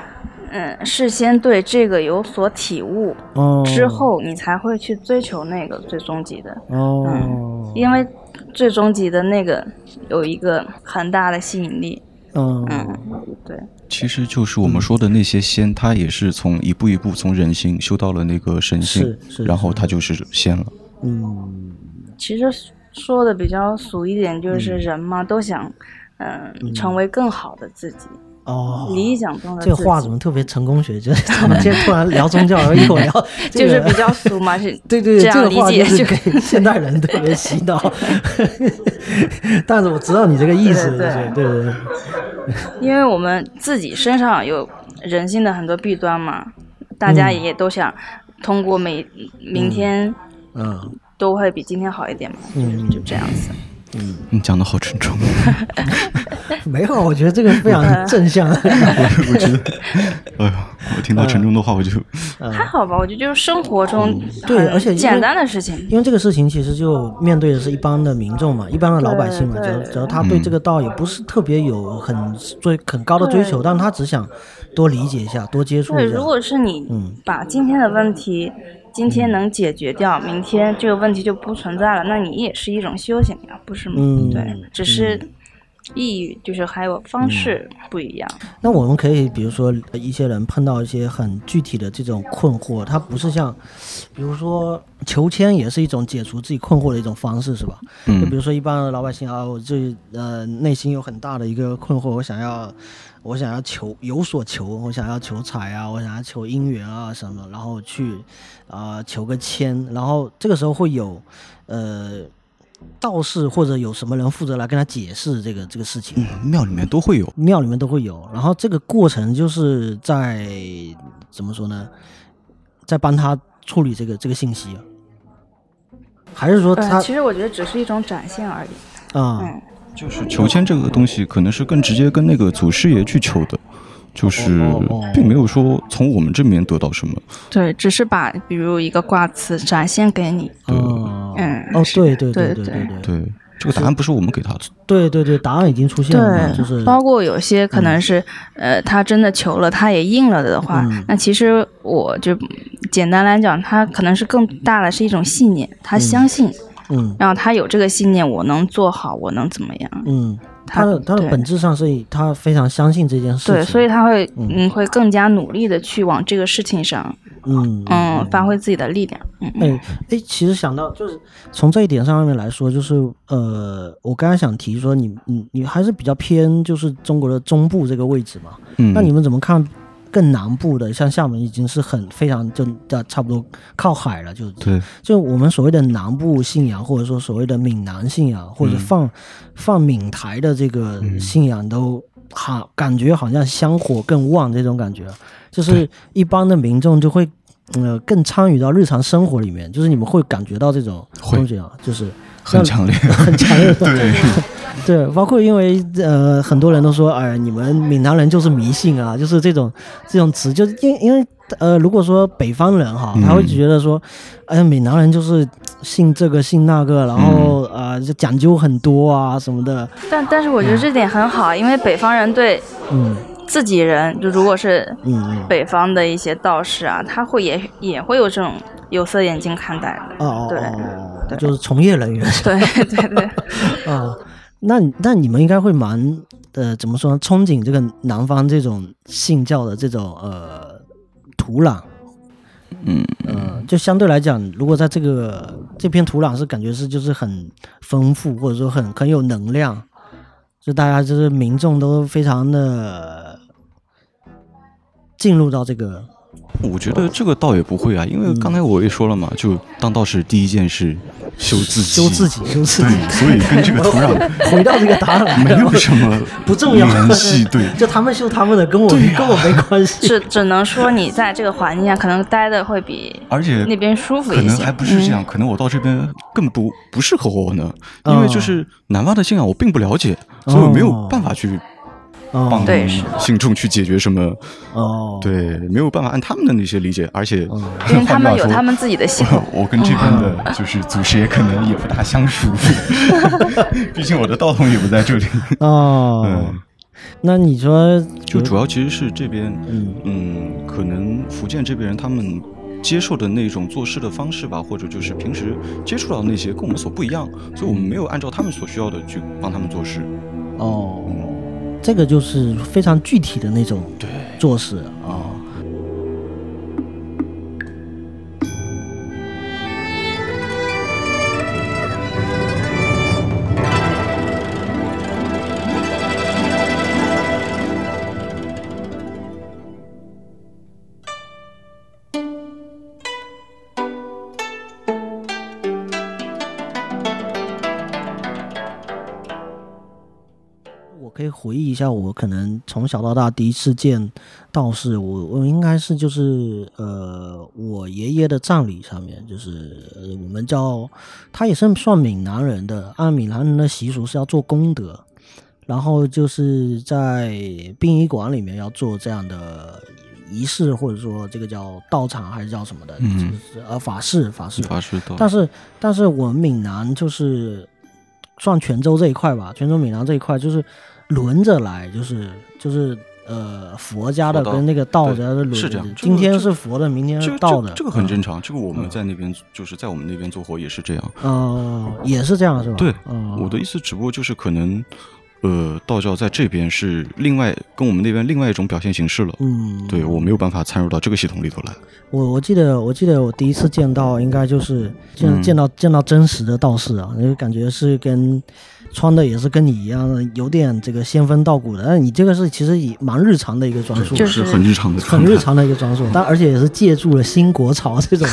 嗯，事先对这个有所体悟
哦，
之后，你才会去追求那个最终极的，
哦，
嗯因为最终极的那个有一个很大的吸引力。
嗯
嗯，对，
其实就是我们说的那些仙，他也是从一步一步从人性修到了那个神性
是是，
然后他就是仙了。
嗯
其实说嗯的比较俗一点，就是人嘛，都想，嗯，成为更好的自己。
嗯哦，
理想中的
这
自
话
己
怎么特别成功学？就是咱们今天突然聊宗 教，然后一会儿聊，这
就是
个
比较俗嘛，是
对对，对，
这
这
样
个
理
话
解
就是
就
给现代人特别洗 脑。但是我知道你这个意思，
对
对对对，
因为我们自己身上有人性的很多弊端嘛，大家
嗯
也都想通过每明天
嗯
都会比今天好一点嘛，
嗯，
就这样子。
你讲的好沉重，
没有，我觉得这个非常正向。
我觉得，哎呀，我听到沉重的话我就
还好吧，我觉得就是生活中
嗯对
很
而且因为
简单的事情，
因为这个事情其实就面对的是一般的民众嘛，一般的老百姓嘛，只
对
要
对
只要他对这个道也不是特别有很追很高的追求，
对
但他只想多理解一下，多接触
对，
一下
如。果是你
嗯
把今天的问题今天能解决掉，明天这个问题就不存在了，那你也是一种修行呀，不是吗？
嗯
对
嗯，嗯
只是意义就是还有方式不一样。
那我们可以比如说呃一些人碰到一些很具体的这种困惑，他不是像，比如说求签也是一种解除自己困惑的一种方式，是吧？就比
嗯
如说一般的老百姓啊，我这呃内心有很大的一个困惑，我想要我想要求有所求，我想要求财啊，我想要求姻缘啊什么，然后去啊、呃求个签，然后这个时候会有呃道士或者有什么人负责来跟他解释这个这个事情。
庙里面都会有，
庙里面都会有。然后这个过程就是在怎么说呢，在帮他处理这个这个信息，啊还是说他
呃，其实我觉得只是一种展现而已。
啊、
嗯
就是求签这个东西可能是更直接跟那个祖师爷去求的。就是
哦哦哦，
并没有说从我们这边得到什么，
对，只是把比如一个卦辞展现给你。
哦
嗯
哦，对对
对
对对
对，这个答案不是我们给他的，
对对对，答案已经出现了嘛，就是
包括有些可能是，呃，他真的求了，他也应了的话，
嗯
那其实我就简单来讲，他可能是更大的是一种信念，他相信，
嗯
然后他有这个信念，我能做好，我能怎么样？
嗯，
他
他的他的
对
本质上是以他非常相信这件事情，
对，所以他会，
嗯
嗯，会更加努力的去往这个事情上，
嗯
嗯，发挥自己的力量，嗯，
哎哎，其实想到就是从这一点上面来说，就是呃，我刚才想提说你你你还是比较偏就是中国的中部这个位置嘛，
嗯，
那你们怎么看更南部的？像厦门已经是很非常就呃差不多靠海了，就
对，
就我们所谓的南部信仰，或者说所谓的闽南信仰，或者放、放闽台的这个信仰都。好，感觉好像香火更旺这种感觉，就是一般的民众就会，呃，更参与到日常生活里面，就是你们会感觉到这种
会
东西啊，就是
很强烈，
很强烈的
对，
对，包括因为呃，很多人都说，哎，你们闽南人就是迷信啊，就是这种这种词，就是因因为呃，如果说北方人哈，
嗯
他会觉得说，哎，闽南人就是信这个信那个，然后啊、呃就讲究很多啊什么的，
但但是我觉得这点很好，因为北方人对
嗯
自己人，就如果是
嗯嗯，
北方的一些道士啊，他会也也会有这种有色眼镜看待的。
哦哦
对
哦哦，
对
就是从业人员
对对对，
啊、那你那你们应该会蛮呃怎么说呢？憧憬这个南方这种信教的这种呃土壤。
嗯，
嗯，就相对来讲，如果在这个这片土壤是感觉是就是很丰富，或者说很很有能量，就大家就是民众都非常的进入到这个，
我觉得这个倒也不会啊，因为刚才我也说了嘛，就当道士第一件事修自
嗯
己，
修自，己，修自己，
对，所以跟这个土壤
回到这个答案来
没 有
了，
什么
不重要
联系，对，
就他们修他们的，跟我、跟我没关系。
只只能说你在这个环境下可能待的会比
而且
那边舒服
可
一嗯
能
些。
还不是这样，可能我到这边更不不适合我呢，
哦
因为就是南方的信仰我并不了解，所以我没有办法去帮
哦
对是
信众去解决什么，
哦，
对，没有办法按他们的那些理解，而且
嗯因为
换
他
句
们
话
有
说。
他们嗯自己的系统
我跟这边的就是祖师爷可能也不大相 熟，毕竟我的道统也不在这里。
哦，
嗯，
那你说
就主要其实是这边，
嗯
嗯，可能福建这边人他们接受的那种做事的方式吧，或者就是平时接触到的那些跟我们所不一样，所以我们没有按照他们所需要的去帮他们做事。
哦，
嗯，
这个就是非常具体的那种
对，
做事啊。可以回忆一下，我可能从小到大第一次见道士，我我应该是就是呃，我爷爷的葬礼上面，就是、呃、我们叫他也是算闽南人的，按闽南人的习俗是要做功德，然后就是在殡仪馆里面要做这样的。仪式或者说这个叫道场还是叫什么的，
嗯
就是呃法事法事
法师道，
但是但是我们闽南就是算泉州这一块吧，泉州闽南这一块就是轮着来，就是就是呃佛家的
佛道
跟那个道
对
家的轮
是
着
这样，这
今
个
天
这
是佛的，明天
这
是
个
道
这
的，
个这个很正
嗯。
常。这个我们
嗯
在那边就是在我们那边做活也是这样。
呃，也是这样是吧？
对
嗯
我的意思只不过就是可能，呃，道教在这边是另外跟我们那边另外一种表现形式了。
嗯，
对我没有办法参入到这个系统里头来。
我我记得我记得我第一次见到，应该就是见、
嗯
见到见到真实的道士啊，就感觉是跟穿的也是跟你一样的，有点这个仙风道骨的。但你这个是其实也蛮日常的一个装束，
就是
很日常的状
很
态，
日常的一个 装束，但而且也是借助了新国潮这种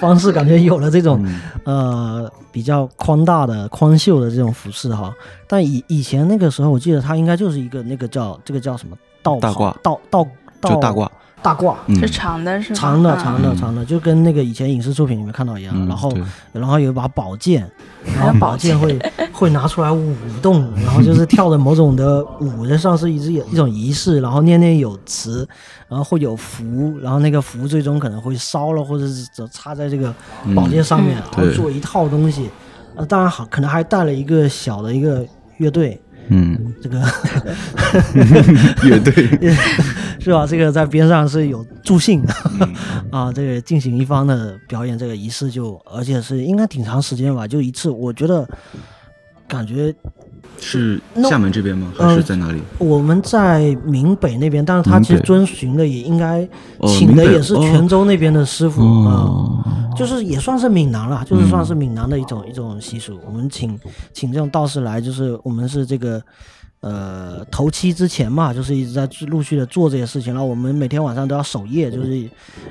方式，感觉有了这种、
嗯
呃比较宽大的宽袖的这种服饰哈。但以以前那个时候，我记得它应该就是一个那个叫这个叫什么道
大
袍
褂
道道道
就大褂，
大褂。
嗯，
是长的是吧？
长的
嗯
长的
嗯
长的，就跟那个以前影视作品里面看到一样。
嗯
然后
对
然后有一把宝 剑，然
还有
后宝
宝
剑
剑
会会拿出来舞动，然后就是跳的某种的舞，这上是一支一种仪式，然后念念有词，然后会有符，然后那个符最终可能会烧了，或者是插在这个宝剑上
嗯
面，然后
嗯对
做一套东西。呃，当然好，可能还带了一个小的一个乐队，
嗯，
这个
乐 队，
是吧？这个在边上是有助兴的、
嗯
啊，这个进行一方的表演，这个仪式就，而且是应该挺长时间吧，就一次。我觉得感觉
是
那
厦门这边吗？还
呃
是在哪里？
我们在闽北那边，但是他
闽
其实
北
遵循的也应该
哦
请的
闽北
也是
哦
泉州那边的师傅啊、
哦
就是也算是闽南了，就是算是闽南的一种、一种习俗。我们请请这种道士来，就是我们是这个呃头七之前嘛，就是一直在陆续的做这些事情，然后我们每天晚上都要守夜，就是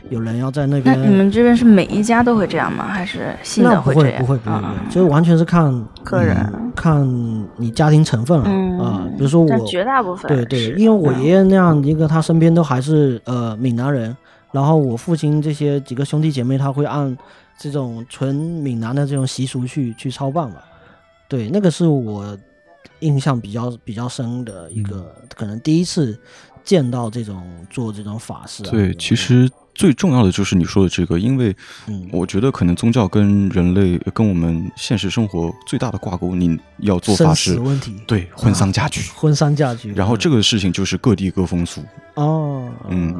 有人要在那
那
边。
你们这边是每一家都会这样吗？还是信
那
的
不
这
会
样？
不会不会，不
嗯
会就是完全是看
个人
嗯看你家庭成分了
嗯
啊、比如说我
但绝大部分
对对
是，
因为我爷
嗯
爷那样一个，他身边都还是呃闽南人，然后我父亲这些几个兄弟姐妹，他会按这种纯闽南的这种习俗去去操办嘛。对，那个是我印象比较比较深的一个，
嗯
可能第一次见到这种做这种法事、啊。这
对，
种
其实最重要的就是你说的这个，因为
嗯
我觉得可能宗教跟人类、跟我们现实生活最大的挂钩，你要做法
生死
事，
问题，啊
对，婚丧嫁娶，
婚丧嫁娶。
然后这个事情就是各地各风俗，
哦，
嗯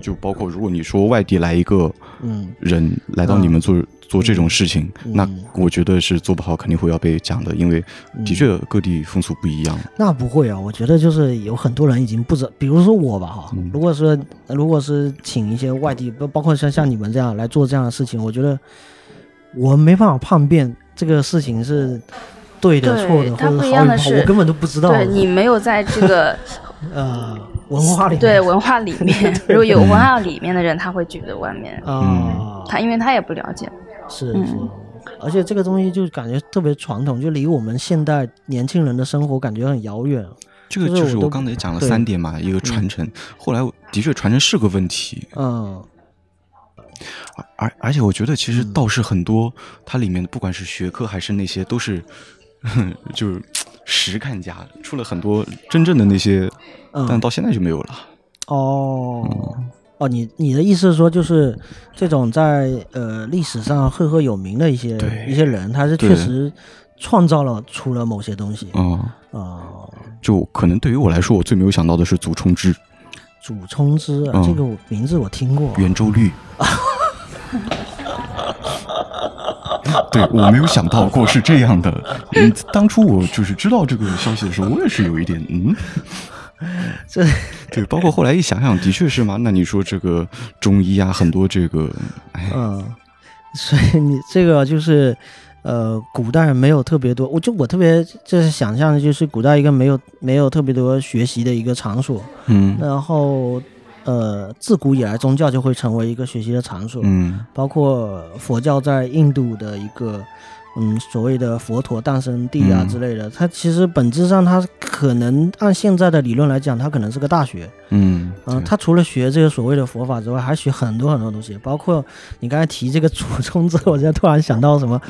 就包括如果你说外地来一个
嗯
人来到你们做、做这种事情，
嗯
那我觉得是做不好，肯定会要被讲的，因为的确各地风俗不一样。
那不会啊，我觉得就是有很多人已经不知，比如说我吧哈，
嗯
如果说如果是请一些外地，包包括像像你们这样来做这样的事情，我觉得我没办法判辨这个事情是对的、
对
错的，
它
或者
不一
好
样
与
的
不好，
是
我根本都不知道。
对你没有在这个
呃 文化里面
对文化里面， 如果有文化里面的人，他会觉得外面，
啊、
他因为他也不了解。
是
嗯
是。而且这个东西就感觉特别传统，就离我们现代年轻人的生活感觉很遥远。
这个
就是
就
我
是
都
我刚才讲了
对
三点嘛，一个传承，后来我的确传承是个问题，
嗯，
而而而且我觉得其实道士很多，它里面的不管是学科还是那些都是， 就是实干家，出了很多真正的那些，
嗯
但到现在就没有了。
哦，
嗯
哦，你你的意思是说，就是这种在呃历史上赫赫有名的一些
对
一些人，他是确
对
实创造了出了某些东西
嗯，
啊、
就可能对于我来说，我最没有想到的是祖冲之、
祖冲之、啊
嗯
这个我名字我听过，
圆周率。对，我没有想到过是这样的。嗯，当初我就是知道这个消息的时候，我也是有一点嗯，
这
对，包括后来一想想，的确是嘛。那你说这个中医啊，很多这个，哎，
嗯， 所以你这个就是。呃，古代没有特别多，我就我特别就是想象的就是古代一个没有没有特别多学习的一个场所，
嗯
然后呃，自古以来宗教就会成为一个学习的场所，
嗯
包括佛教在印度的一个嗯所谓的佛陀诞生地啊
嗯
之类的，它其实本质上它可能按现在的理论来讲，它可能是个大学。
嗯，
嗯、
对
他除了学这个所谓的佛法之外，还学很多很多东西，包括你刚才提这个祖宗之后，我现在突然想到什 么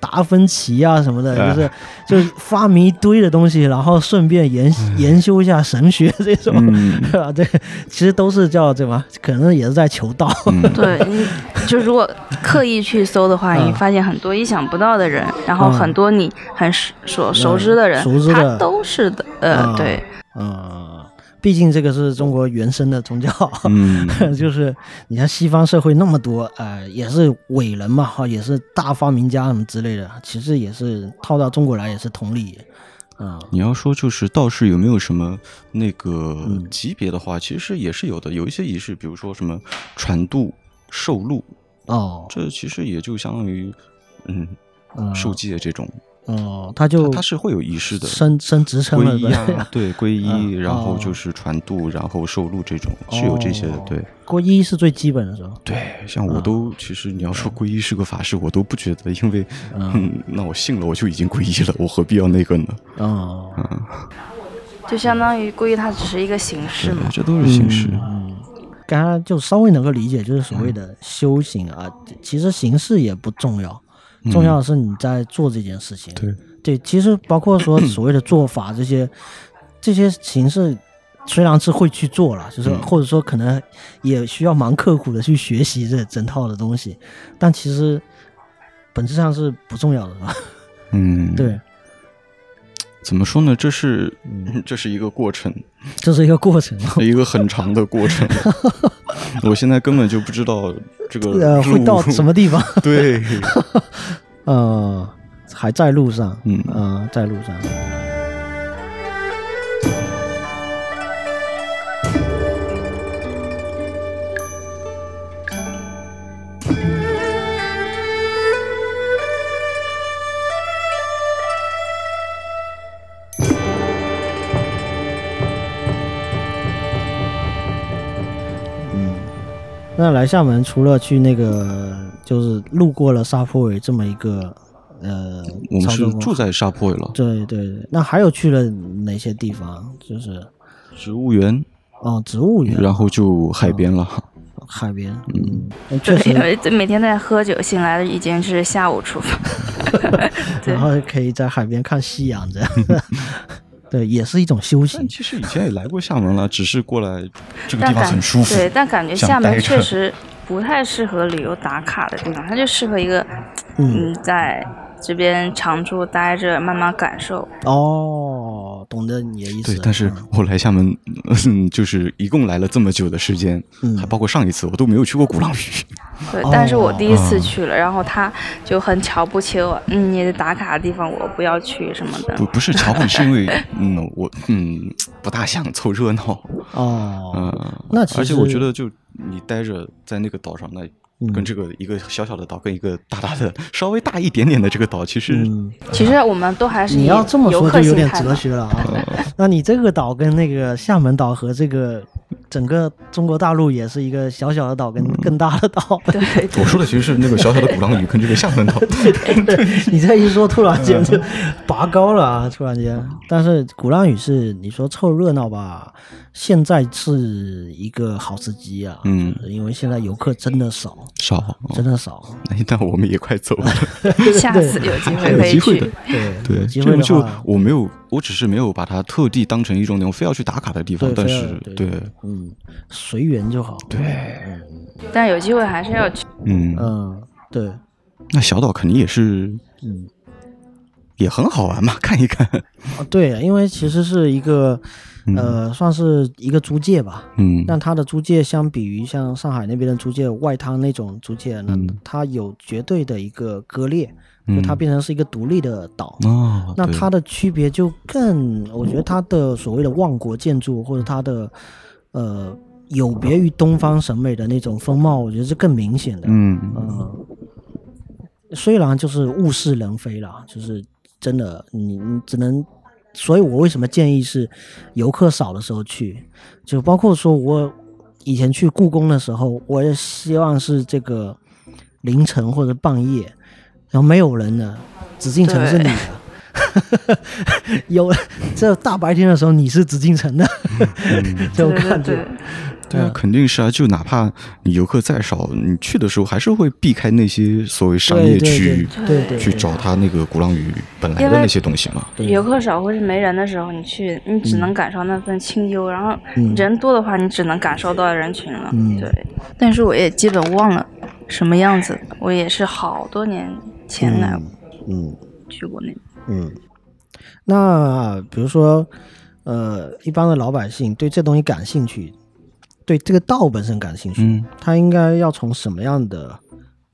达芬奇啊什么的，
哎
就是就是发明一堆的东西，然后顺便研研究一下神学这种，
嗯
是 吧？对，其实都是叫对吧？可能也是在求道。
嗯
对，你就如果刻意去搜的话，
嗯
你发现很多意想不到的人，然后
嗯
很多你很熟所熟知
嗯
的人，
熟知的
他都是的，呃，
嗯
对，
嗯，毕竟这个是中国原生的宗教。
嗯
就是你看西方社会那么多，呃，也是伟人嘛，哈，也是大发明家什么之类的，其实也是套到中国来也是同理，啊、
你要说就是道士有没有什么那个
嗯
级别的话，其实也是有的，有一些仪式，比如说什么传度、授禄，
哦，
这其实也就相当于嗯
嗯
受戒这种，
哦，他
它
就
它是会有仪式的。
升升职称了
皈依
对
啊，对皈依，
嗯
然后
哦
就是传度，然后授禄这种是有这些的
哦，
对
皈依是最基本的是哦吧？
对。像
嗯
我都其实你要说皈依是个法事，我都不觉得，因为
嗯
嗯，那我信了我就已经皈依了，我何必要那个呢？嗯
哦，
就相当于皈依它只是一个形式
对
嘛，，
这都是形式。
嗯，刚刚就稍微能够理解，就是所谓
嗯
的修行啊，其实形式也不重要，重要的是你在做这件事情。
嗯对
对，其实包括 说所谓的做法这些，这些形式虽然是会去做了，就是
嗯
或者说可能也需要蛮刻苦的去学习这整套的东西，但其实本质上是不重要的，是吧？
嗯，
对，
怎么说呢？这是
嗯
这是一个过程，
这是一个过程。
一个很长的过 程。我现在根本就不知道这个
呃，会
路
到什么地方？
对，
呃，还在路上，
嗯
呃，在路上。嗯，那来厦门，除了去那个，就是路过了沙坡尾这么一个，呃，
我们
操
是
作过
住在沙坡尾了，
对对对，那还有去了哪些地方？就是
植物园，
哦，植物园、
然后就海边了。
海边，嗯， 哎确
对，因
实，
为每天在喝酒，醒来已经是下午出发，对
然后可以在海边看夕阳这样。 对，也是一种修
但
行。
其实以前也来过厦门了，只是过来这个
但
地方
感
很舒服。
对，但感觉
想
厦
待
门
着
确实不太适合旅游打卡的地方，它就适合一个
嗯，
嗯在这边常住待着，慢慢感受。
哦，懂得你的意思。
对，但是
嗯
我来厦门， 嗯，就是一共来了这么久的时间，
嗯
还包括上一次，我都没有去过鼓浪屿。
对
哦，
但是我第一次去了，然后他就很瞧不起我，嗯，你的打卡的地方我不要去什么的
不，。不是瞧不起，是因为嗯，我嗯不大想凑热闹。
哦，
嗯，
那其
而且我觉
实
得，就你待着在那个岛上，那跟
嗯
这个一个小小的岛，跟一个大大的、稍微大一点点的这个岛，其实
嗯，
其实我们都还是以
你要这么
游
说
客
就有
心
点
态
哲
嘛。
学了啊。 那你这个岛跟那个厦门岛和这个整个中国大陆也是一个小小的岛跟更大的岛。
对，对
我说的其实是那个小小的鼓浪屿跟这个厦门岛。
你这一说，突然间就拔高了啊！突然间，但是鼓浪屿是你说凑热闹吧，现在是一个好时机啊，
嗯
就是因为现在游客真的少，
少，哦
真的少，
那那我们也快走了。
下次有
嗯
机
还
会
有
可以
机会的
去。
对有
对，
机
这
会
种
的
就
话，
我没有，我只是没有把它特地当成一种那种非要去打卡的地方
对，，
但
非要
是
对
对，
嗯，随缘就好，对，
但有机会还是要去。
嗯，
嗯，对，
那小岛肯定也是
嗯，
也很好玩嘛，看一看。
啊，对，因为其实是一个，呃，算是一个租界吧，
嗯，
但它的租界相比于像上海那边的租界外滩那种租界呢，它有绝对的一个割裂，就它
嗯
变成是一个独立的岛。
哦，
那
对
它的区别就更，我觉得它的所谓的万国建筑或者它的，呃，有别于东方审美的那种风貌，我觉得是更明显的。
嗯
嗯，虽然就是物是人非啦，就是真的，你你只能，所以我为什么建议是游客少的时候去，就包括说我以前去故宫的时候，我也希望是这个凌晨或者半夜，然后没有人的，紫禁城是你的。 有这大白天的时候你是紫禁城的
嗯
这种
对对
感觉
对，
对啊，肯定是啊，就哪怕你游客再少，你去的时候还是会避开那些所谓商业
对对
区域，
对对对
去找他那个鼓浪屿本来的那些东西嘛。
对
游客少或是没人的时候，你去，你只能感受那份清幽；然后
嗯
人多的话，你只能感受到人群了。
嗯
对，但是我也基本忘了什么样子，我也是好多年前来
嗯
去过那边。
嗯，那比如说，呃，一般的老百姓对这东西感兴趣，对这个道本身感兴趣，
嗯
他应该要从什么样的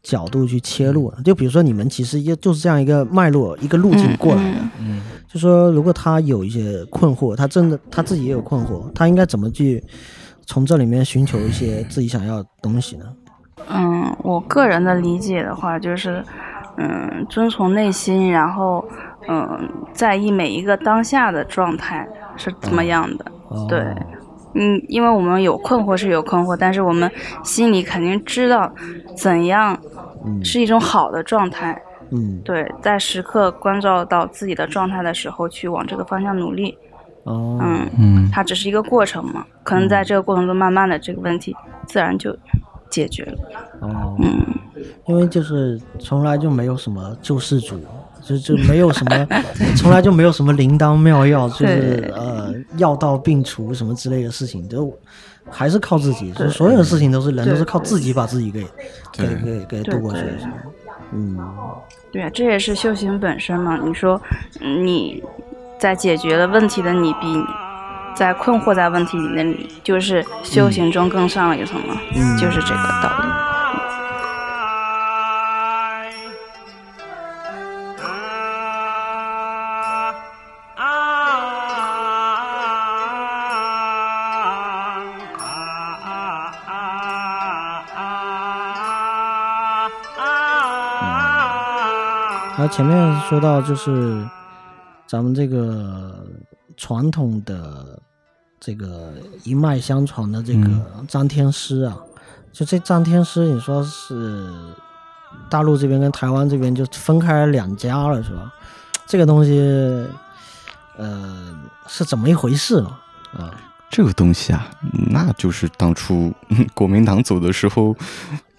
角度去切入呢？就比如说，你们其实也就是这样一个脉络、一个路径过来的。
嗯
就说如果他有一些困惑，他真的他自己也有困惑，他应该怎么去从这里面寻求一些自己想要的东西呢？
嗯，我个人的理解的话，就是，嗯，遵从内心，然后，嗯，在意每一个当下的状态是怎么样的。
哦、
对嗯，因为我们有困惑是有困惑，但是我们心里肯定知道怎样
嗯
是一种好的状态。
嗯
对，在时刻关照到自己的状态的时候，去往这个方向努力。
哦
嗯，
嗯，
它只是一个过程嘛，可能在这个过程中，慢慢的这个问题自然就解决了。
哦，
嗯。
因为就是从来就没有什么救世主，就就没有什 么，从来就没有什么灵丹妙药，就是
对
呃药到病除什么之类的事情，都还是靠自己，就所有的事情都是人都是靠自己把自己给给给给渡过去的
对对，
嗯
对啊，这也是修行本身嘛。你说，嗯你在解决了问题的你，比你在困惑在问题里的你，就是修
嗯
行中更上了一层嘛，就是这个道理。
还有前面说到就是咱们这个传统的这个一脉相传的这
嗯
个张天师啊，就这张天师，你说是大陆这边跟台湾这边就分开了两家了，是吧？这个东西，呃，是怎么一回事呢？啊，
这个东西啊，那就是当初 嗯国民党走的时候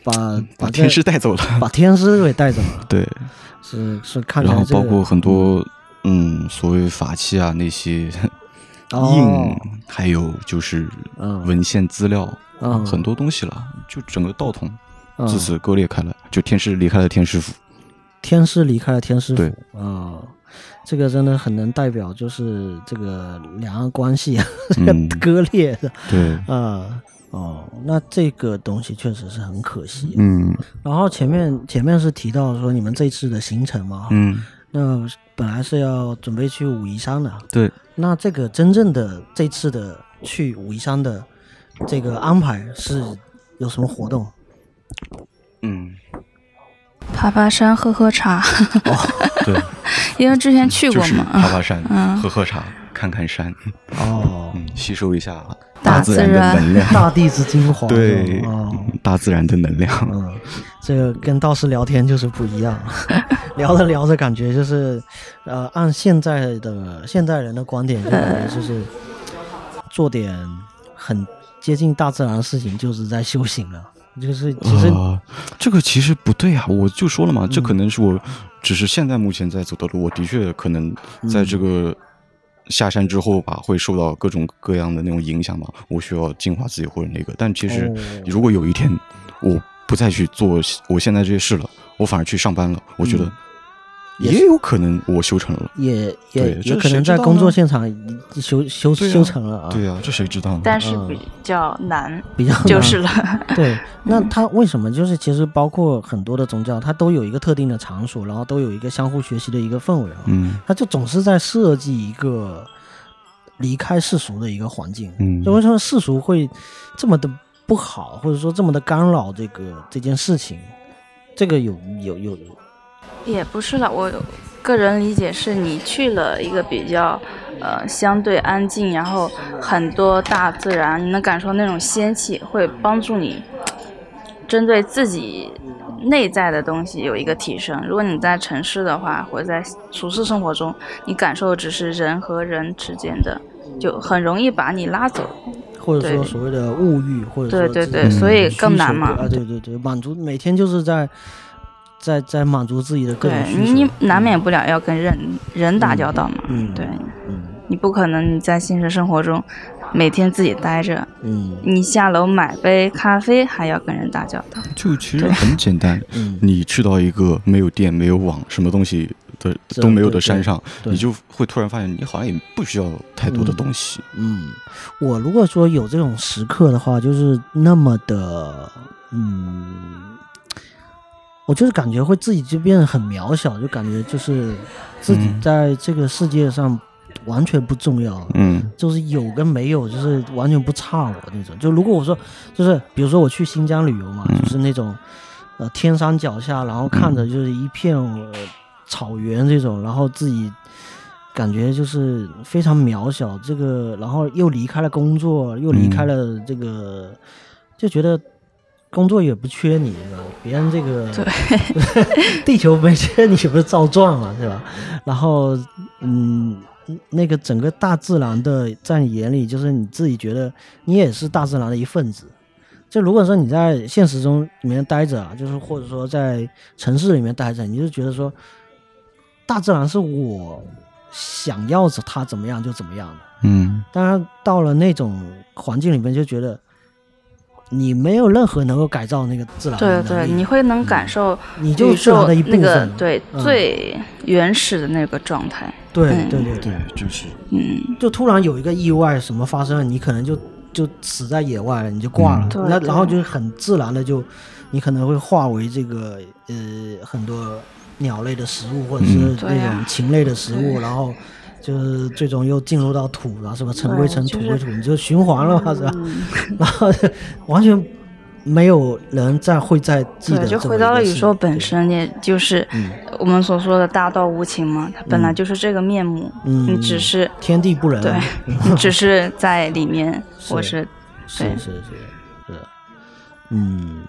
把
嗯把
这
天师带走 了，
把天师给带走了，
对，
是是看起
然
来、
后
这个，
包括很多嗯所谓法器啊那些
哦
印，还有就是
嗯
文献资料，
嗯
很多东西了，就整个道统
嗯
自此割裂开来，就天师离开了天师府，
天师离开了天师府
对
啊、这个真的很能代表就是这个两岸关系啊，这个
嗯
割裂的
对，
啊、哦，那这个东西确实是很可惜。
嗯
然后前面前面是提到说你们这次的行程嘛，
嗯，
那本来是要准备去武夷山的，
对，
那这个真正的这次的去武夷山的这个安排是有什么活动？
嗯
爬爬山，喝喝茶，
对，
因为之前去过
就是
嘛，
爬爬山，
嗯
喝喝茶，看看山，
哦，
嗯，吸收一下
大
自
自
然的
然
能量，
大地之精华，
对嗯
哦，
大自然的能量，
嗯，这个跟道士聊天就是不一样， 聊着聊着感觉就是，呃，按现在的呃现代人的观点，就感觉就是做点很接近大自然的事情，就是在修行了。就是其实，
啊，这个其实不对啊，我就说了嘛，这可能是我，只是现在目前在走的路，我的确可能在这个下山之后吧，会受到各种各样的那种影响嘛，我需要净化自己或者那个，但其实
哦
如果有一天我不再去做我现在这些事了，我反而去上班了，我觉得
也是
也有可能我修成了，
也也
对
也
这
可
谁
能
知
在
道
工作
呢
现场修修
对啊
修成了啊，
对啊，这谁知道呢？
但是比较难，
比 较
就是了。
对，那他为什么就是其实包括很多的宗教，它都有一个特定的场所，然后都有一个相互学习的一个氛围啊。
嗯
他就总是在设计一个离开世俗的一个环境。
嗯
就为什么世俗会这么的不好，或者说这么的干扰这个这件事情？这个有有有
也不是了，我个人理解是你去了一个比较，呃，相对安静，然后很多大自然，你能感受那种仙气，会帮助你针对自己内在的东西有一个提升。如果你在城市的话，或者在俗世生活中，你感受的只是人和人之间的，就很容易把你拉走。
或者说
对
所谓的物欲，或者说
对对
自己
对，
的
所以
需
更
求
难嘛
啊，。对对对，满足每天就是在在在满足自己的各种
对
需求，
你难免不了要跟人人打交道嘛。
嗯
对，
嗯
你不可能你在现实生活中每天自己待着，
嗯
你下楼买杯咖啡还要跟人打交道。
就其实很简单，
嗯
你去到一个没有电、没有网、什么东西的
这
都没有
对
的山
对
上，
对
你就会突然发现，你好像也不需要太多的
嗯
东西。
嗯，我如果说有这种时刻的话，就是那么的嗯。我就是感觉会自己就变得很渺小，就感觉就是自己
嗯
在这个世界上完全不重要了。
嗯
就是有跟没有，就是完全不差我那种。就如果我说，就是比如说我去新疆旅游嘛，
嗯
就是那种，呃，天山脚下，然后看着就是一片、呃草原这种，然后自己感觉就是非常渺小。这个，然后又离开了工作，又离开了这个，就觉得。工作也不缺你，是吧？别人这个 地球没缺你，不是照转嘛，是吧？然后，嗯，那个整个大自然的在你眼里，就是你自己觉得你也是大自然的一份子。就如果说你在现实中里面待着啊，就是或者说在城市里面待着，你就觉得说，大自然是我想要着它怎么样就怎么样的。
嗯
当然，到了那种环境里面，就觉得你没有任何能够改嗯造那个自然
对
的
对，
能力
你会能感受
你就
宇
是自然
宙
的一部
那
分。
个对
嗯
最原始的那个状态。
对
嗯
对对对
对，就是
嗯，
就突然有一个意外什么发生了，你可能就就死在野外了，你就挂了
嗯。
对
那
对
然后就是很自然的就，你可能会化为这个呃很多鸟类的食物，或者是
嗯
那
对
种
啊
禽类的食物，
对
然后就是最终又进入到土了，是吧？尘归
对嗯
尘，
就
土归
是
土，你就循环了嘛，是吧？ 然后就完全没有人再会再记得
对，就
这
回
么
到
一
了
个
宇
事
宙
情
本
对
身，也就是
嗯
我们所说的大道无情嘛，它本来就是这个面目，
嗯
你只是
天地不仁，
对
嗯
你只是在里面，我是
是
对
是是是，嗯，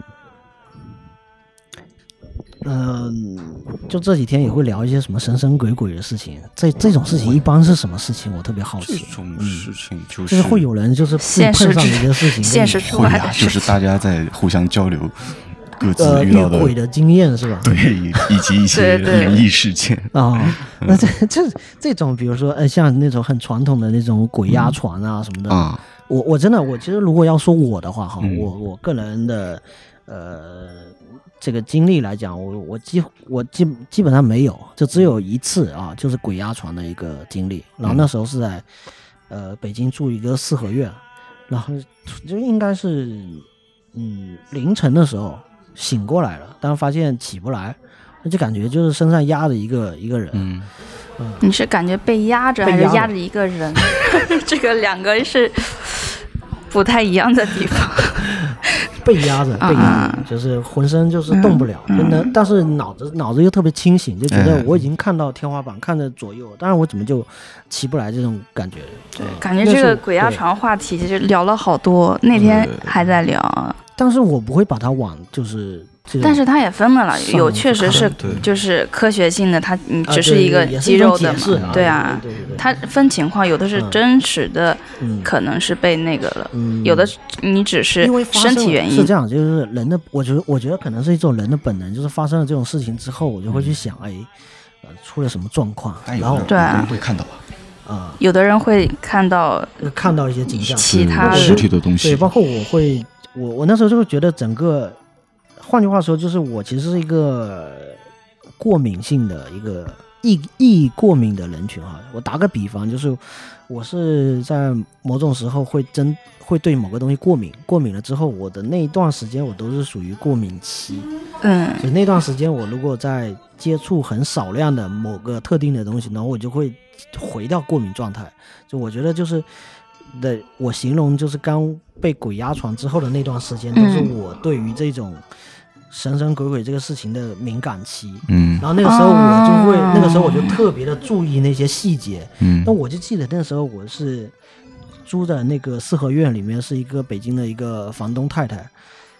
嗯、就这几天也会聊一些什么神神鬼鬼的事情。这这种事情一般是什么事情？我特别好
这
奇。
种事情就
就是是会有人就是
现
碰
实
上
之
一些事情跟你，
现实之
会
外
啊
的，
就
事
是
情。
大家在互相交流各
呃
自遇
遇
到的
鬼的经验是吧？
对，以及一些
对对
灵异事件。
啊、 那这这这种，比如说，呃，像那种很传统的那种鬼压床啊什么的，
嗯啊，
我我真的我其实如果要说我的话哈，
嗯
我我个人的呃这个经历来讲，我我基我基基本上没有，就只有一次啊，就是鬼压床的一个经历。然
嗯
后那时候是在呃北京住一个四合院，然后就应该是嗯凌晨的时候醒过来了，但是发现起不来，那就感觉就是身上压着一个一个人，
嗯，
你是感觉被压着，
被
还是
压着
压着一个人？ 这个两个是不太一样的地方。
被压着，被压着
啊，
就是浑身就是动不了，
嗯哎
就能，但是脑子脑子又特别清醒，就觉得
嗯
我已经看到天花板，看着左右，但是我怎么就起不来这种感觉？对
感觉这个鬼压，床话题其实聊了好多，那天还在聊，
但是我不会把它往就是这种，
但是它也分了了，
上
有确实是
对
就是科学性的，它你
啊
只
对
一个
对也是
肌
一种
肉的
解释
嘛，对啊，
对对对，
它分情况，有的是
嗯
真实的，
嗯
可能是被那个了，
嗯
有的你只是
因为发生
身体原
是
因
这，样，就是人的，我觉得我觉得可能是一种人的本能，就是发生了这种事情之后，我就会去想，哎，呃，出了什么状况，
但
然后
哎有
对
的
啊
人会看到吧，
啊、
有的人会看到
呃看到一些景象，
其他
嗯
的
实体的东
对，
西，
包括我会，我我那时候就会觉得整个，换句话说，就是我其实是一个过敏性的一个易易过敏的人群哈。我打个比方，就是我是在某种时候会真会对某个东西过敏，过敏了之后，我的那一段时间我都是属于过敏期，
嗯
所以那段时间我如果在接触很少量的某个特定的东西，然后我就会回到过敏状态。就我觉得就是的，我形容就是刚被鬼压床之后的那段时间，都是
嗯
我对于这种神神鬼鬼这个事情的敏感期。
嗯
然后那个时候我就会，
哦
那个时候我就特别的注意那些细节。
嗯
那我就记得那时候我是租的那个四合院里面是一个北京的一个房东太太，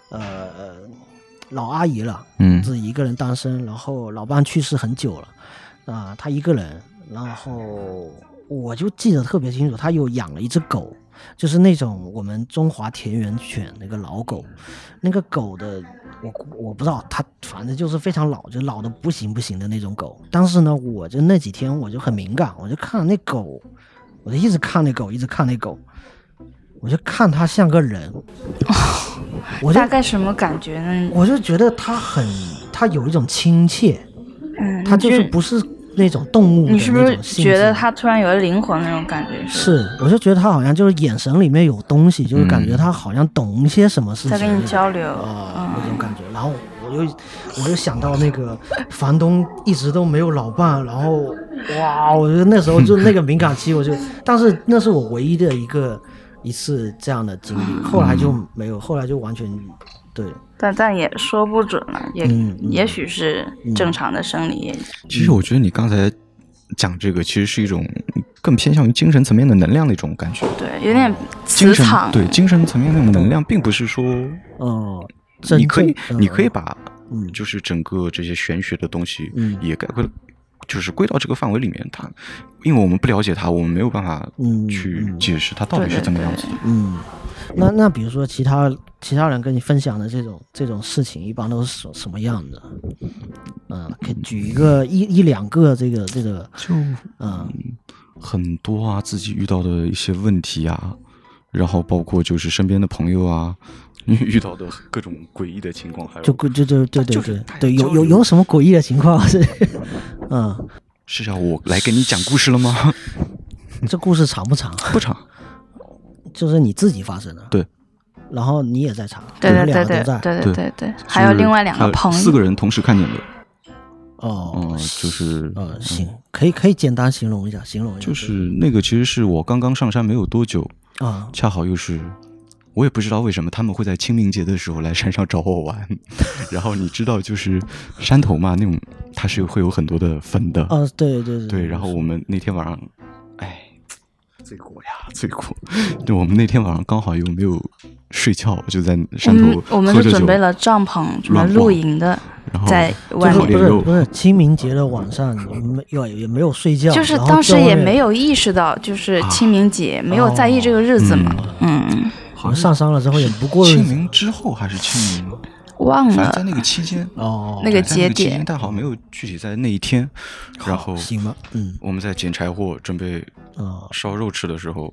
呃，老阿姨了，
嗯
自己一个人单身，然后老伴去世很久了，啊、她一个人，然后我就记得特别清楚，她有养了一只狗，就是那种我们中华田园犬那个老狗，那个狗的我我不知道，它反正就是非常老，就老的不行不行的那种狗。但是呢，我就那几天我就很敏感，我就看那狗，我就一直看那狗，一直看那狗，我就看它像个 人，我就
大概什么感觉呢？
我就觉得它很，它有一种亲切，
嗯，
它就是
你
不是那种动物的
你是不
那
是
种性
觉得
质
他突然有了灵魂那种感觉？吧，
是，我就觉得它好像就是眼神里面有东西，就是感觉
嗯
它好像懂一些什么事情
在
一样。
跟你交流。嗯
啊、那种感觉。然后我又我又想到那个房东一直都没有老伴，然后哇，我觉得那时候就那个敏感期，我 就，但是那是我唯一的一个一次这样的经历，后来就没有，后来就完全对，
但但也说不准了，也、
嗯嗯
也许是正常的生理，也
其实我觉得你刚才讲这个，其实是一种更偏向于精神层面的能量的一种感觉。
对，有点磁
哦精神
场。
对精神层面那种能量，并不是说
哦、真
你可以
正
你可以
嗯
把
嗯
就是整个这些玄学的东西
嗯
也概括，就是归到这个范围里面。它因为我们不了解它，我们没有办法
嗯
去
嗯
解释它到底是怎么样子的。
嗯，那那比如说其他其他人跟你分享的这种这种事情，一般都是什什么样的？嗯，可以举一个一一两个这个这个，
就
嗯
很多啊，自己遇到的一些问题啊，然后包括就是身边的朋友啊， 遇到的各种诡异的情况，还有
就就就就对对
就是
对
大家
对，
交
有
流
有有什么诡异的情况 是？嗯，
是要我来给你讲故事了吗？
这故事长不长？
不长，
就是你自己发生的，
对，
然后你也在场，
对
你们
对
两
对
个都
对
在，
对
对
对对对，还有
是
另外两
还
个
有
朋
四
友，
个人同时看见的，嗯、
哦，
就是
呃，行，可以可以简单形容一下，形容一下，
就是那个，其实是我刚刚上山没有多久，
啊，
恰好又是我也不知道为什么他们会在清明节的时候来山上找我玩。 然后你知道，就是山头嘛，那种它是会有很多的坟的。
哦
啊，对对对
对，然后我们那天晚上，哎，罪过呀，罪过。 对，我们那天晚上刚好又没有睡觉，就在
我
山头
们嗯我们
喝
是
着
准
酒
备了帐篷，准备
乱
露
逛
营的，
然后
在
就
外
是
后
不
面
面。
是
又
不是清明节的晚上，没有也没有睡觉，
就是
然后
当时
在外
也
面
没有意识到，就是
啊哦
清明节，没有在意这个日子嘛，嗯，
好像上山了之后也不过日
清
子
明之后还是清明，
忘
反正在
了，
那个期间，
哦，
嗯那
对
个
在那
节
个期
点
间，但好像没有具体在那一天。然后
行吧，嗯
我们在捡柴火准备
啊
烧肉吃的时候，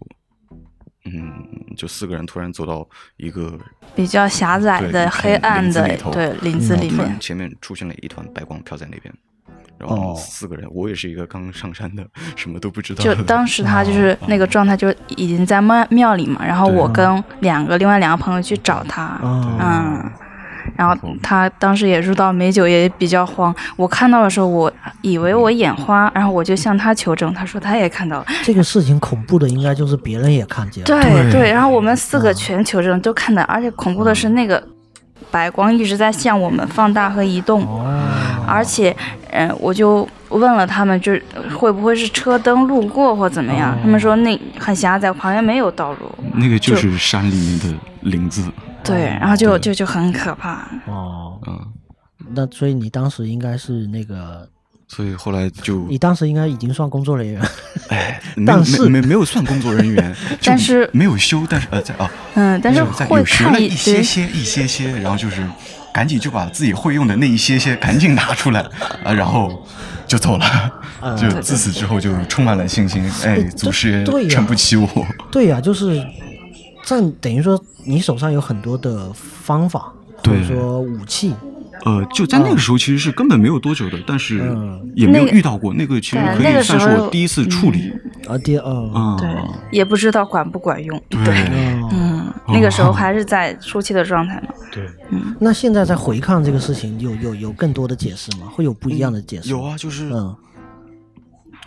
嗯，就四个人突然走到一个
比较狭窄
对
的、黑暗
林子
的
里头，
对林子里
嗯突
面
然，前面出现了一团白光飘在那边，然后我们
哦
四个人，我也是一个刚上山的，什么都不知道
就
的。
当时哦他就是那个状态，就已经在庙庙里嘛，然后
对
我跟两个另外两个朋友去找他，
啊
嗯，然后他当时也入到美酒，也比较慌。我看到的时候，我以为我眼花，然后我就向他求证，他说他也看到了，
这个事情恐怖的应该就是别人也看见了，
对嗯对。然后我们四个全求证，都看到，而且恐怖的是那个白光一直在向我们放大和移动，
哦，
而且，嗯、我就问了他们，就是会不会是车灯路过或怎么样？他们说那很狭窄，旁边没有道路。
那个就是山里面的林子，
对，然后
哦
就就就很可怕。
哦，
嗯，
那所以你当时应该是那个，
所以后来就
你当时应该已经算工作人员，
没有
但
没
是
没没有算工作人员，就
但是
没有休，但是呃在啊，
嗯，但是
没有在
会
有学
看
了
一
一些
堆，
些一些些，然后就是赶紧就把自己会用的那一些些赶紧拿出来啊，然后就走了。就自此之后就充满了信心，哎，祖师
对
爷
呀
撑不起我。
对呀、就是在等于说你手上有很多的方法，或
对
者说武器，
呃，就在那个时候其实是根本没有多久的，但是
嗯
也没有
那个
遇到过。那个其实
对
可
那
以
个
算
时
是
候嗯
我第一次处理。
而第二，呃
啊，
对，也不知道管不管用。
对哦
嗯，
嗯，那个时候还是在初期的状态嘛。
对，
那现在再回看这个事情，有有有更多的解释吗？会有不一样的解释？
有，啊，就是
嗯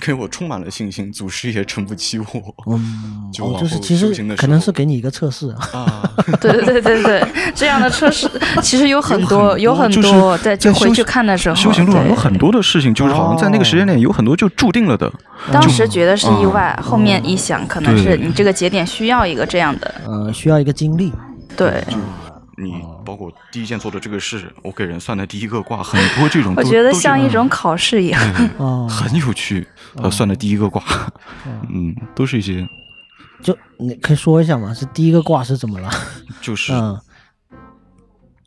给我充满了信心，祖师爷撑不起我。
嗯，
就
哦，
往
就是
后
其
啊修
实
行的
可
时
能
候
是给你一个测试啊，
啊，
对对对对对，这样的测试其实有很多，有很
就是
多。对，就
在
回
修
去看的时候，
修行路上
对哦
有很多的事情，就是好像在那个时间点有很多就注定了的。
当时觉得是意
嗯
外，后面一想，可能是你这个节点需要一个这样的，
呃，需要一个经历，
对，
你
哦
包括第一件做的这个事，我给人算的第一个卦，很多这种都
我觉得
都是嗯
像一种嗯哦考试一样。
哦，
很有趣。呃，算的第一个卦，
哦
嗯，都是一些
就你可以说一下嘛，是第一个卦是怎么 了？
就是
嗯，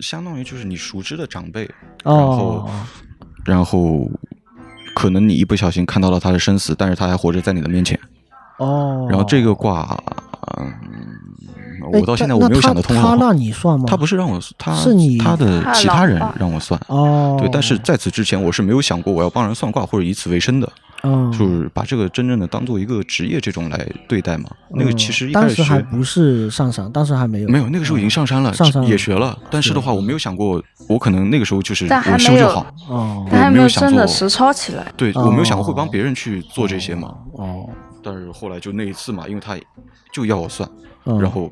相当于就是你熟知的长辈，然后
哦，
然后可能你一不小心看到了他的生死，但是他还活着在你的面前。
哦，
然后这个卦，嗯，
哎
我到现在
但
我没
那
有想
他
得通
他让
了。
你算吗？
他不是让我，他
是你
他的
他的
其他人
老爸
让我算。
哦，
对，但是在此之前，我是没有想过我要帮人算卦或者以此为生的，
嗯，
就是把这个真正的当做一个职业这种来对待嘛。那个其实
嗯
一开
当
始
时还
学
不是上山，当时还没有，嗯
没有，那个时候已经上山了，
上山了
也学了。但是的话，我没有想过，我可能那个时候就是
但还
我修
没
就
有
好，
哦
但还没
没有
有
想
真的
做
实操起来。
对
哦
我没有想过会帮别人去做这些嘛。
哦，
但是后来就那一次嘛，因为他就要我算，
嗯
然后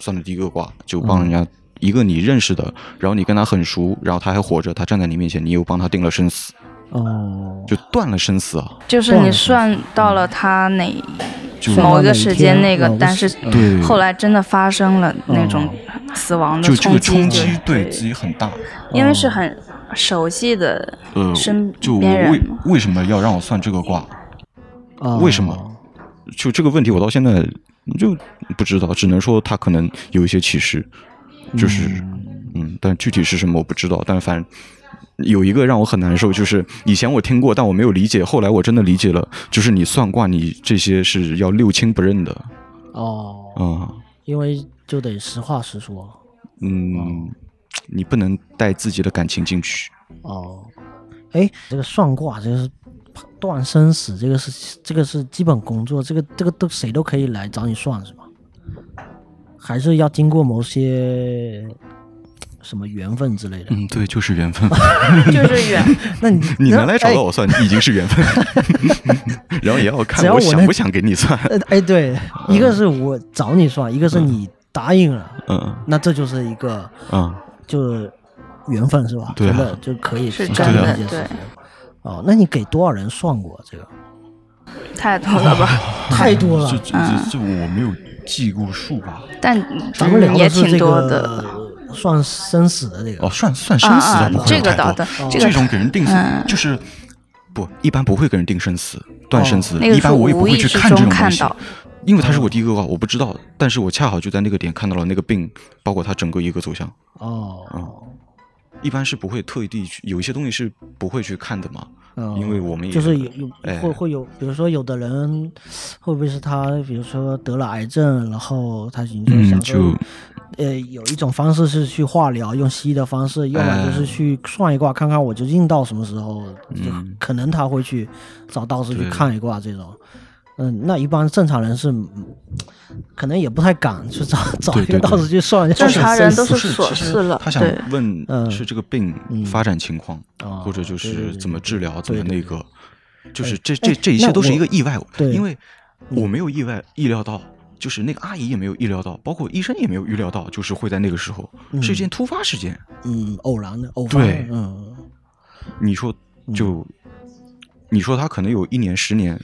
算了第一个卦，就帮人家一个你认识的，然后你跟他很熟，然后他还活着，他站在你面前，你又帮他定了生死，
哦，
就断了生死啊。
就是你
嗯
算到了他哪
就
某一个时间那个
某个，
但是
时嗯
对
后来真的发生了那种死亡的
就这个冲
击，
击
就
对自己很大。
因为是很熟悉的
呃，
身
就我
边
为
人嘛，
为什么要让我算这个卦？
哦
为什么？就这个问题，我到现在就不知道，只能说他可能有一些启示，就是嗯但具体是什么我不知道。但反正有一个让我很难受，就是以前我听过，但我没有理解，后来我真的理解了，就是你算卦，你这些是要六亲不认的
哦，
啊、
因为就得实话实说
嗯，你不能带自己的感情进去。
哦。哎，这个算卦就是判断生死，这个是这个是基本工作，这个这个都谁都可以来找你算是吧？还是要经过某些什么缘分之类的？
嗯，对，就是缘 分。
就是远
那你
你能来找到
我？
我算，已经是缘 分，然后也要
哎
看
只要
我
我
想
能
不想给你算。
哎哎，对，一个是我找你算，一个是你答应了，
嗯
那这就是一个
嗯，
就是缘分是吧？
对啊
真的就可以
是
干
真
的
这件事情。哦，那你给多少人算过这个？
太多了吧？ 嗯
太多了
这，这这这我没有记过数吧？
但嗯
咱们聊
也
的是
挺
这
多的。
个算生死的这个
哦，。算算生
啊
死倒
啊
不，会
这
有
个
太
倒
多
的，这
这
个嗯
种给人定死就是不一般不会给人定生死、断生死，
哦那个
一
是
般我也不
无
会
意
去
之
看这
中
种东
看
西
到。，嗯
因为它是我第一个卦，我不知道，但是我恰好就在那个点看到了那个病，包括它整个一个走向。嗯
哦，
一般是不会特地去，有一些东西是不会去看的嘛，
嗯
因为我们也
就是有有
哎
会会有，比如说有的人会不会是他，比如说得了癌症，然后他已经就是
嗯
想说
就
呃，有一种方式是去化疗，用西医的方式；要么就
哎
是去算一卦，看看我究竟到什么时候，就
嗯
可能他会去找道士去
对
看一卦这种。嗯，那一般正常人是嗯可能也不太敢去找找
对
一个
对对
道士去算一下
正
生死。
常人都
不
是琐
其实
事了
他想
对
问
嗯
是这个病发展情况，
哦
或者就
对对
是
对
怎么治疗，怎
对
么
对
那个，就是
哎
这这
哎
这一
那
切都是
我
一个意外，
对嗯
因为我没有意外意料到。就是那个阿姨也没有意料到，包括医生也没有预料到，就是会在那个时候，是一件突发事件。
嗯，偶然的，偶发的
对
嗯，
你说就，你说他可能有一年、十年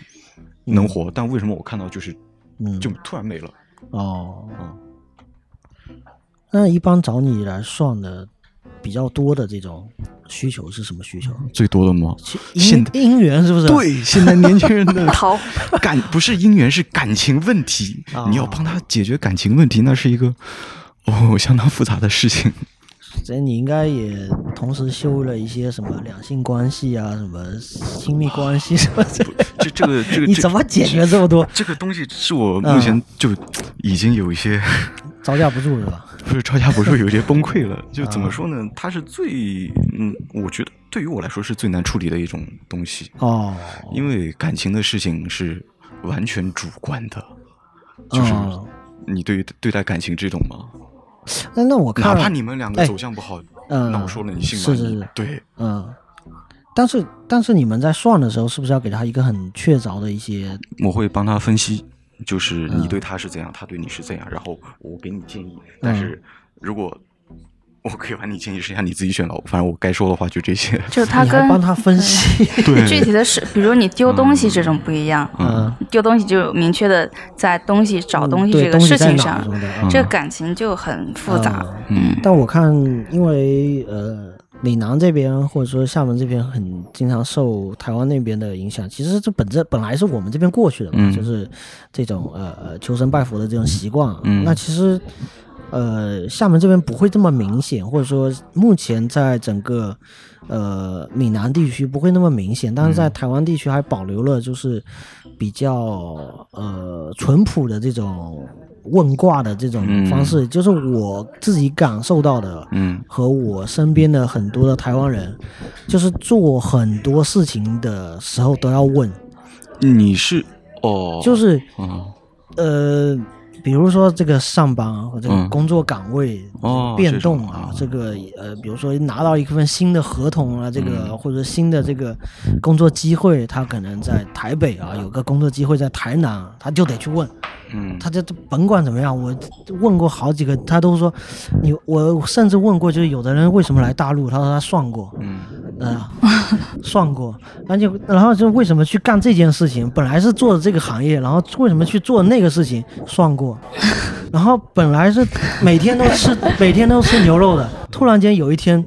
能活，但为什么我看到就是，
嗯
就突然没了？
哦
嗯。
那一般找你来算的比较多的这种需求是什么需求？
最多的吗？ 现
姻姻缘是不是？，
对，现在年轻人 的
桃
感不是姻缘，是感情问题。
啊
你要帮他解决感情问题，那是一个哦相当复杂的事情。
所以你应该也同时修了一些什么两性关系啊，什么亲密关系什么这，
这这个这个
你怎么解决嗯这么 多？
这个东西是我目前就已经有一些、
招架不住是吧？
不是招架不住，有一些崩溃 了。就怎么说
嗯
呢？它是最嗯，我觉得对于我来说是最难处理的一种东西，
哦，
因为感情的事情是完全主观的，就是
嗯
你对于对待感情这种嘛，
那那我
哪
看，
怕你们两个
哎
走向不好，
嗯
那我说了你信吗？
是是
你
是
对，
嗯，但是但是你们在算的时候，是不是要给他一个很确凿的一些？
我会帮他分析，就是
嗯
你对他是怎样，他对你是怎样，然后我给你建议。但是如果我可以把你建议试一下，你自己选了。反正我该说的话就这些。
就他
你还
跟
帮他分析，
对，
具体的是，比如你丢东西这种不一样，
嗯，
丢东西就有明确的在东西找东西
对
这个
东西
事
在
情
哪
上
什，么的啊
这个感情就很复杂。
嗯
嗯
但我看，因为呃，岭南这边或者说厦门这边很经常受台湾那边的影响。其实这本质本来是我们这边过去的嘛，
嗯
就是这种呃呃求神拜佛的这种习惯。啊
嗯
那其实呃厦门这边不会这么明显，或者说目前在整个呃闽南地区不会那么明显，但是
嗯
在台湾地区还保留了就是比较呃淳朴的这种。问卦的这种方式，就是我自己感受到的，
嗯
和我身边的很多的台湾人，就是做很多事情的时候都要问，
哦你是哦，
就是
嗯
呃，比如说这个上班啊，或者
嗯
工作岗位
哦
变动啊，
这
这个呃，比如说拿到一份新的合同啊，这个、
嗯
或者新的这个工作机会，他可能在台北啊有个工作机会在台南，他就得去问。
嗯
他这这甭管怎么样，我问过好几个，他都说你我甚至问过，就是有的人为什么来大陆，他说他算过，
嗯
嗯、 算过，那就然后就为什么去干这件事情，本来是做这个行业，然后为什么去做那个事情，算过，然后本来是每天都 吃每天都吃牛肉的，突然间有一天，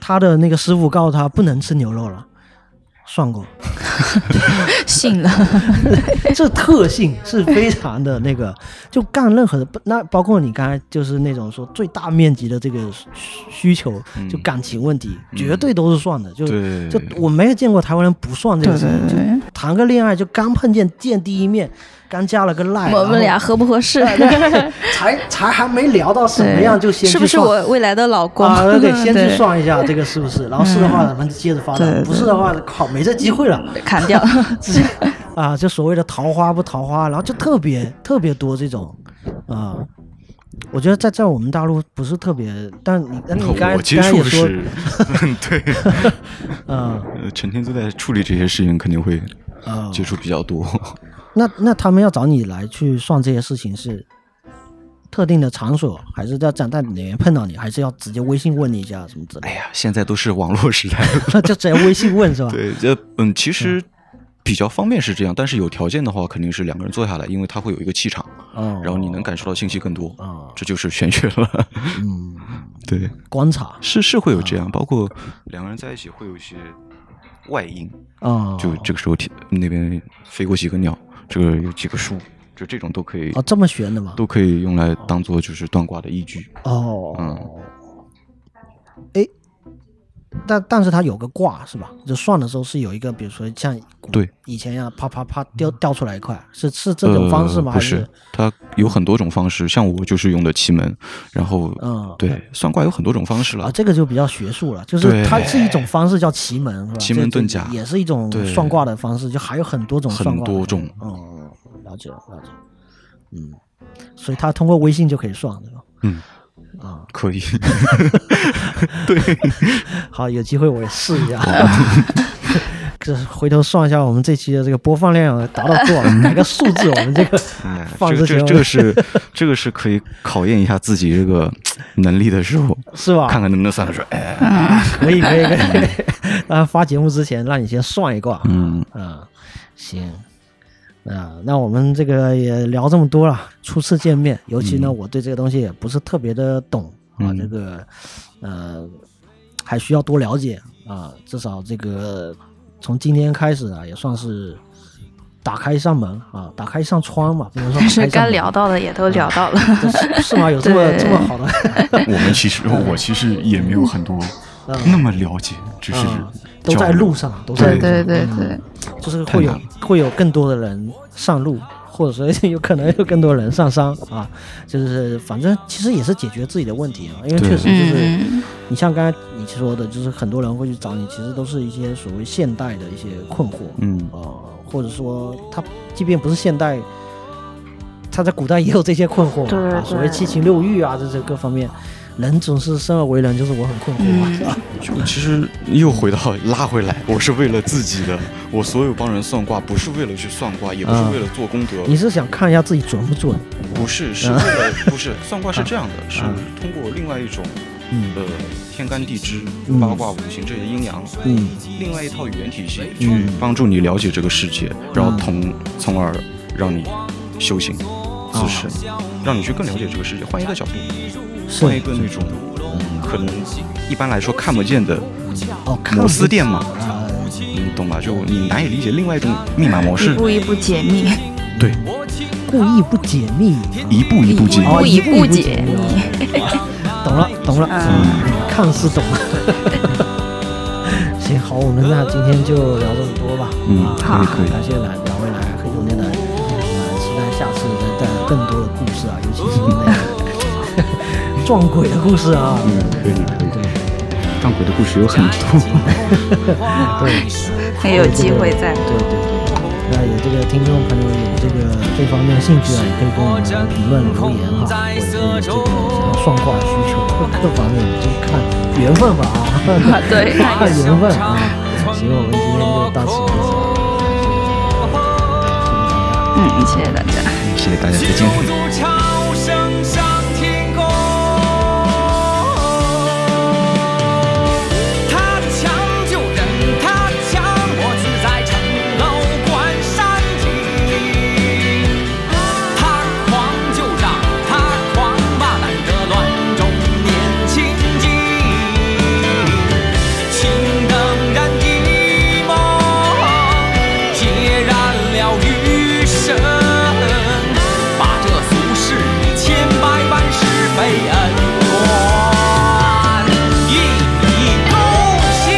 他的那个师傅告诉他不能吃牛肉了，算过，
信了，
这特性是非常的那个，就干任何的，那包括你刚才就是那种说最大面积的这个需需求，就感情问题，绝对都是算的。就
嗯对
就我没有见过台湾人不算这
对
个事
对
情，就
对，
谈个恋爱就刚碰见见第一面，刚加了个赖，
我们俩
然后
合不合 适？
才才还没聊到什么
对
样就先去
是不是
算
我未来的老公？
啊，对，先去
对 嗯
算一下这个是不是，然后是的话咱们接着发展，
对对
不是的话靠没这机会了。
嗯
砍掉。
啊，就所谓的桃花不桃花，然后就特别特别多这种，啊、我觉得在在我们大陆不是特别，但你但你刚才
我接
刚才
触
也
的
说，
是， 对，
嗯
呃成天都在处理这些事情，肯定会
啊、
接触比较多。
那那他们要找你来去算这些事情是特定的场所，还是在展台里面碰到你，还是要直接微信问你一下什么之类
哎呀，现在都是网络时代了，
的， 就直接微信问是吧？
对，这嗯，其实比较方便是这样，但是有条件的话，肯定是两个人坐下来，因为它会有一个气场，
哦，
然后你能感受到信息更多，
啊，
这就是玄学了。
嗯，啊
对，
观察
是是会有这样，包括两个人在一起会有一些外因，
啊，
就这个时候天那边飞过几个鸟，这个有几个树，就这种都可以，
哦这么悬的吗？
都可以用来当做就是断卦的依据。
哦，
嗯
诶，但但是它有个卦是吧？就算的时候是有一个，比如说像古
对
以前一样，啪啪啪掉掉出来一块，是是这种方式吗？
呃、
还
不是，它有很多种方式，像我就是用的奇门，然后
嗯
对，算卦有很多种方式了。
啊，这个就比较学术了，就是
对
它是一种方式叫奇门，是吧？
奇门
这
遁甲
这也是一种
对
算卦的方式，就还有很多种算卦的
很多种
嗯，了解了解，嗯，所以它通过微信就可以算，对吧？
嗯，
啊、
可以，
好，有机会我也试 一下。 这回头算一下我们这期的这个播放量达到 多少，哪个数字我们这个
哎
放
这个
之前
这个
我
这个是这个是可以考验一下自己这个能力的时候，
是吧？
看嗯看能不能算得出来。哎，
可以可以可 以。那发节目之前，让你先算一卦。
嗯，
啊，行，啊，那我们这个也聊这么多了，初次见面，尤其呢，我对这个东西也不是特别的懂啊，
嗯
这个呃，还需要多了解啊，至少这个从今天开始啊，也算是打开一扇门啊，打开一扇窗嘛，不能说
但是
打开一
该
扇门
聊到的也都聊到了。
这是是吗？有这么
对
这么好的？
我们其实我其实也没有很多
嗯
那么了解，只是
嗯都在路上，都在
对
路上
对对对，
就是会有
太难
会有更多的人上路，或者说 有可能有更多人上山啊，就是反正其实也是解决自己的问题啊，因为
对
确实就是
嗯，
你像刚才你说的，就是很多人会去找你，其实都是一些所谓现代的一些困惑，
嗯
呃，或者说他即便不是现代，他在古代也有这些困惑嘛，
对
啊
对
所谓七情六欲啊，这些各方面，人总是生而为人，就是我很困惑嘛，
嗯
啊是吧
就其实又回到拉回来，我是为了自己的，我所有帮人算卦不是为了去算卦，也不是
嗯
为了做功德，
你是想看一下自己准不准？
不是是为了不是算卦是这样的，是通过另外一种
嗯
呃天干地支
嗯、
八卦、五行这些阴阳，
嗯
另外一套语言体系去帮助你了解这个世界，然后同从而让你修行自身，让你去更了解这个世界，换一个角度，
是
换一个那种可能一般来说看不见的
哦，看
摩斯电码，
啊，
你懂吧？就你难以理解另外一种密码模
一
式，
步一步解密，
对，
故意不解 密，
一步一步进，
哦，
一
步
步
解
解 密
密，哦懂了懂了，嗯看似 懂了。行好，我们那今天就聊这么多吧。
嗯
啊
好可以可以
感谢两两位来黑熊电台，呃，期待下次再带来更多的故事啊，尤其是那个 撞鬼的故事啊。
嗯，可以可以，当鬼的故事有很多。
对，
很有机会再
对对对，那有这个听众朋友有这个这方面兴趣啊，也可以跟我们评论留言哈，或者是有这个想要算卦需求各方面，就看缘分吧啊，
对
看缘分 啊。行，我们今天就到此为止，谢
嗯，谢谢大家。
谢谢大家，再
九
见。
族潮声上天空，他的强就任他强，我自在城楼观山景。他狂就让他狂吧，难得乱中年轻劲。情能燃一梦，孑然了余生。把这俗世千百般是非恩怨一一勾销。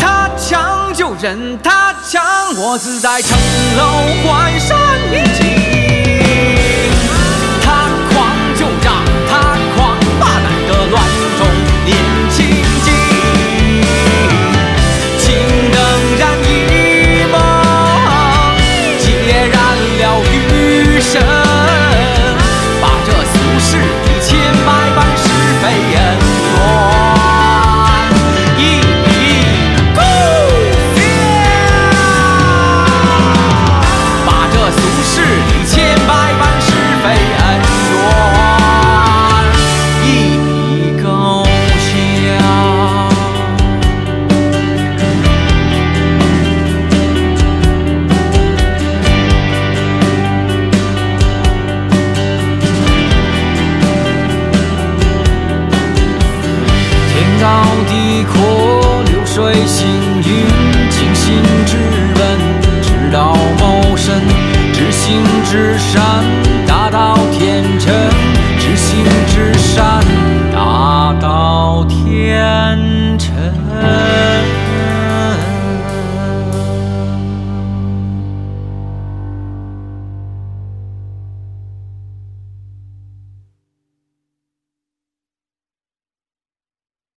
他强就任他强，我自在城楼观山景。他狂就让他狂吧，难得乱中年轻劲。情能燃一梦，孑然了余生。把这俗世一千百般是非恩怨一一勾销。把这俗世一千百般是非恩怨一一勾销。天高地阔，流水行云，静心之本，直到谋身，知行至善，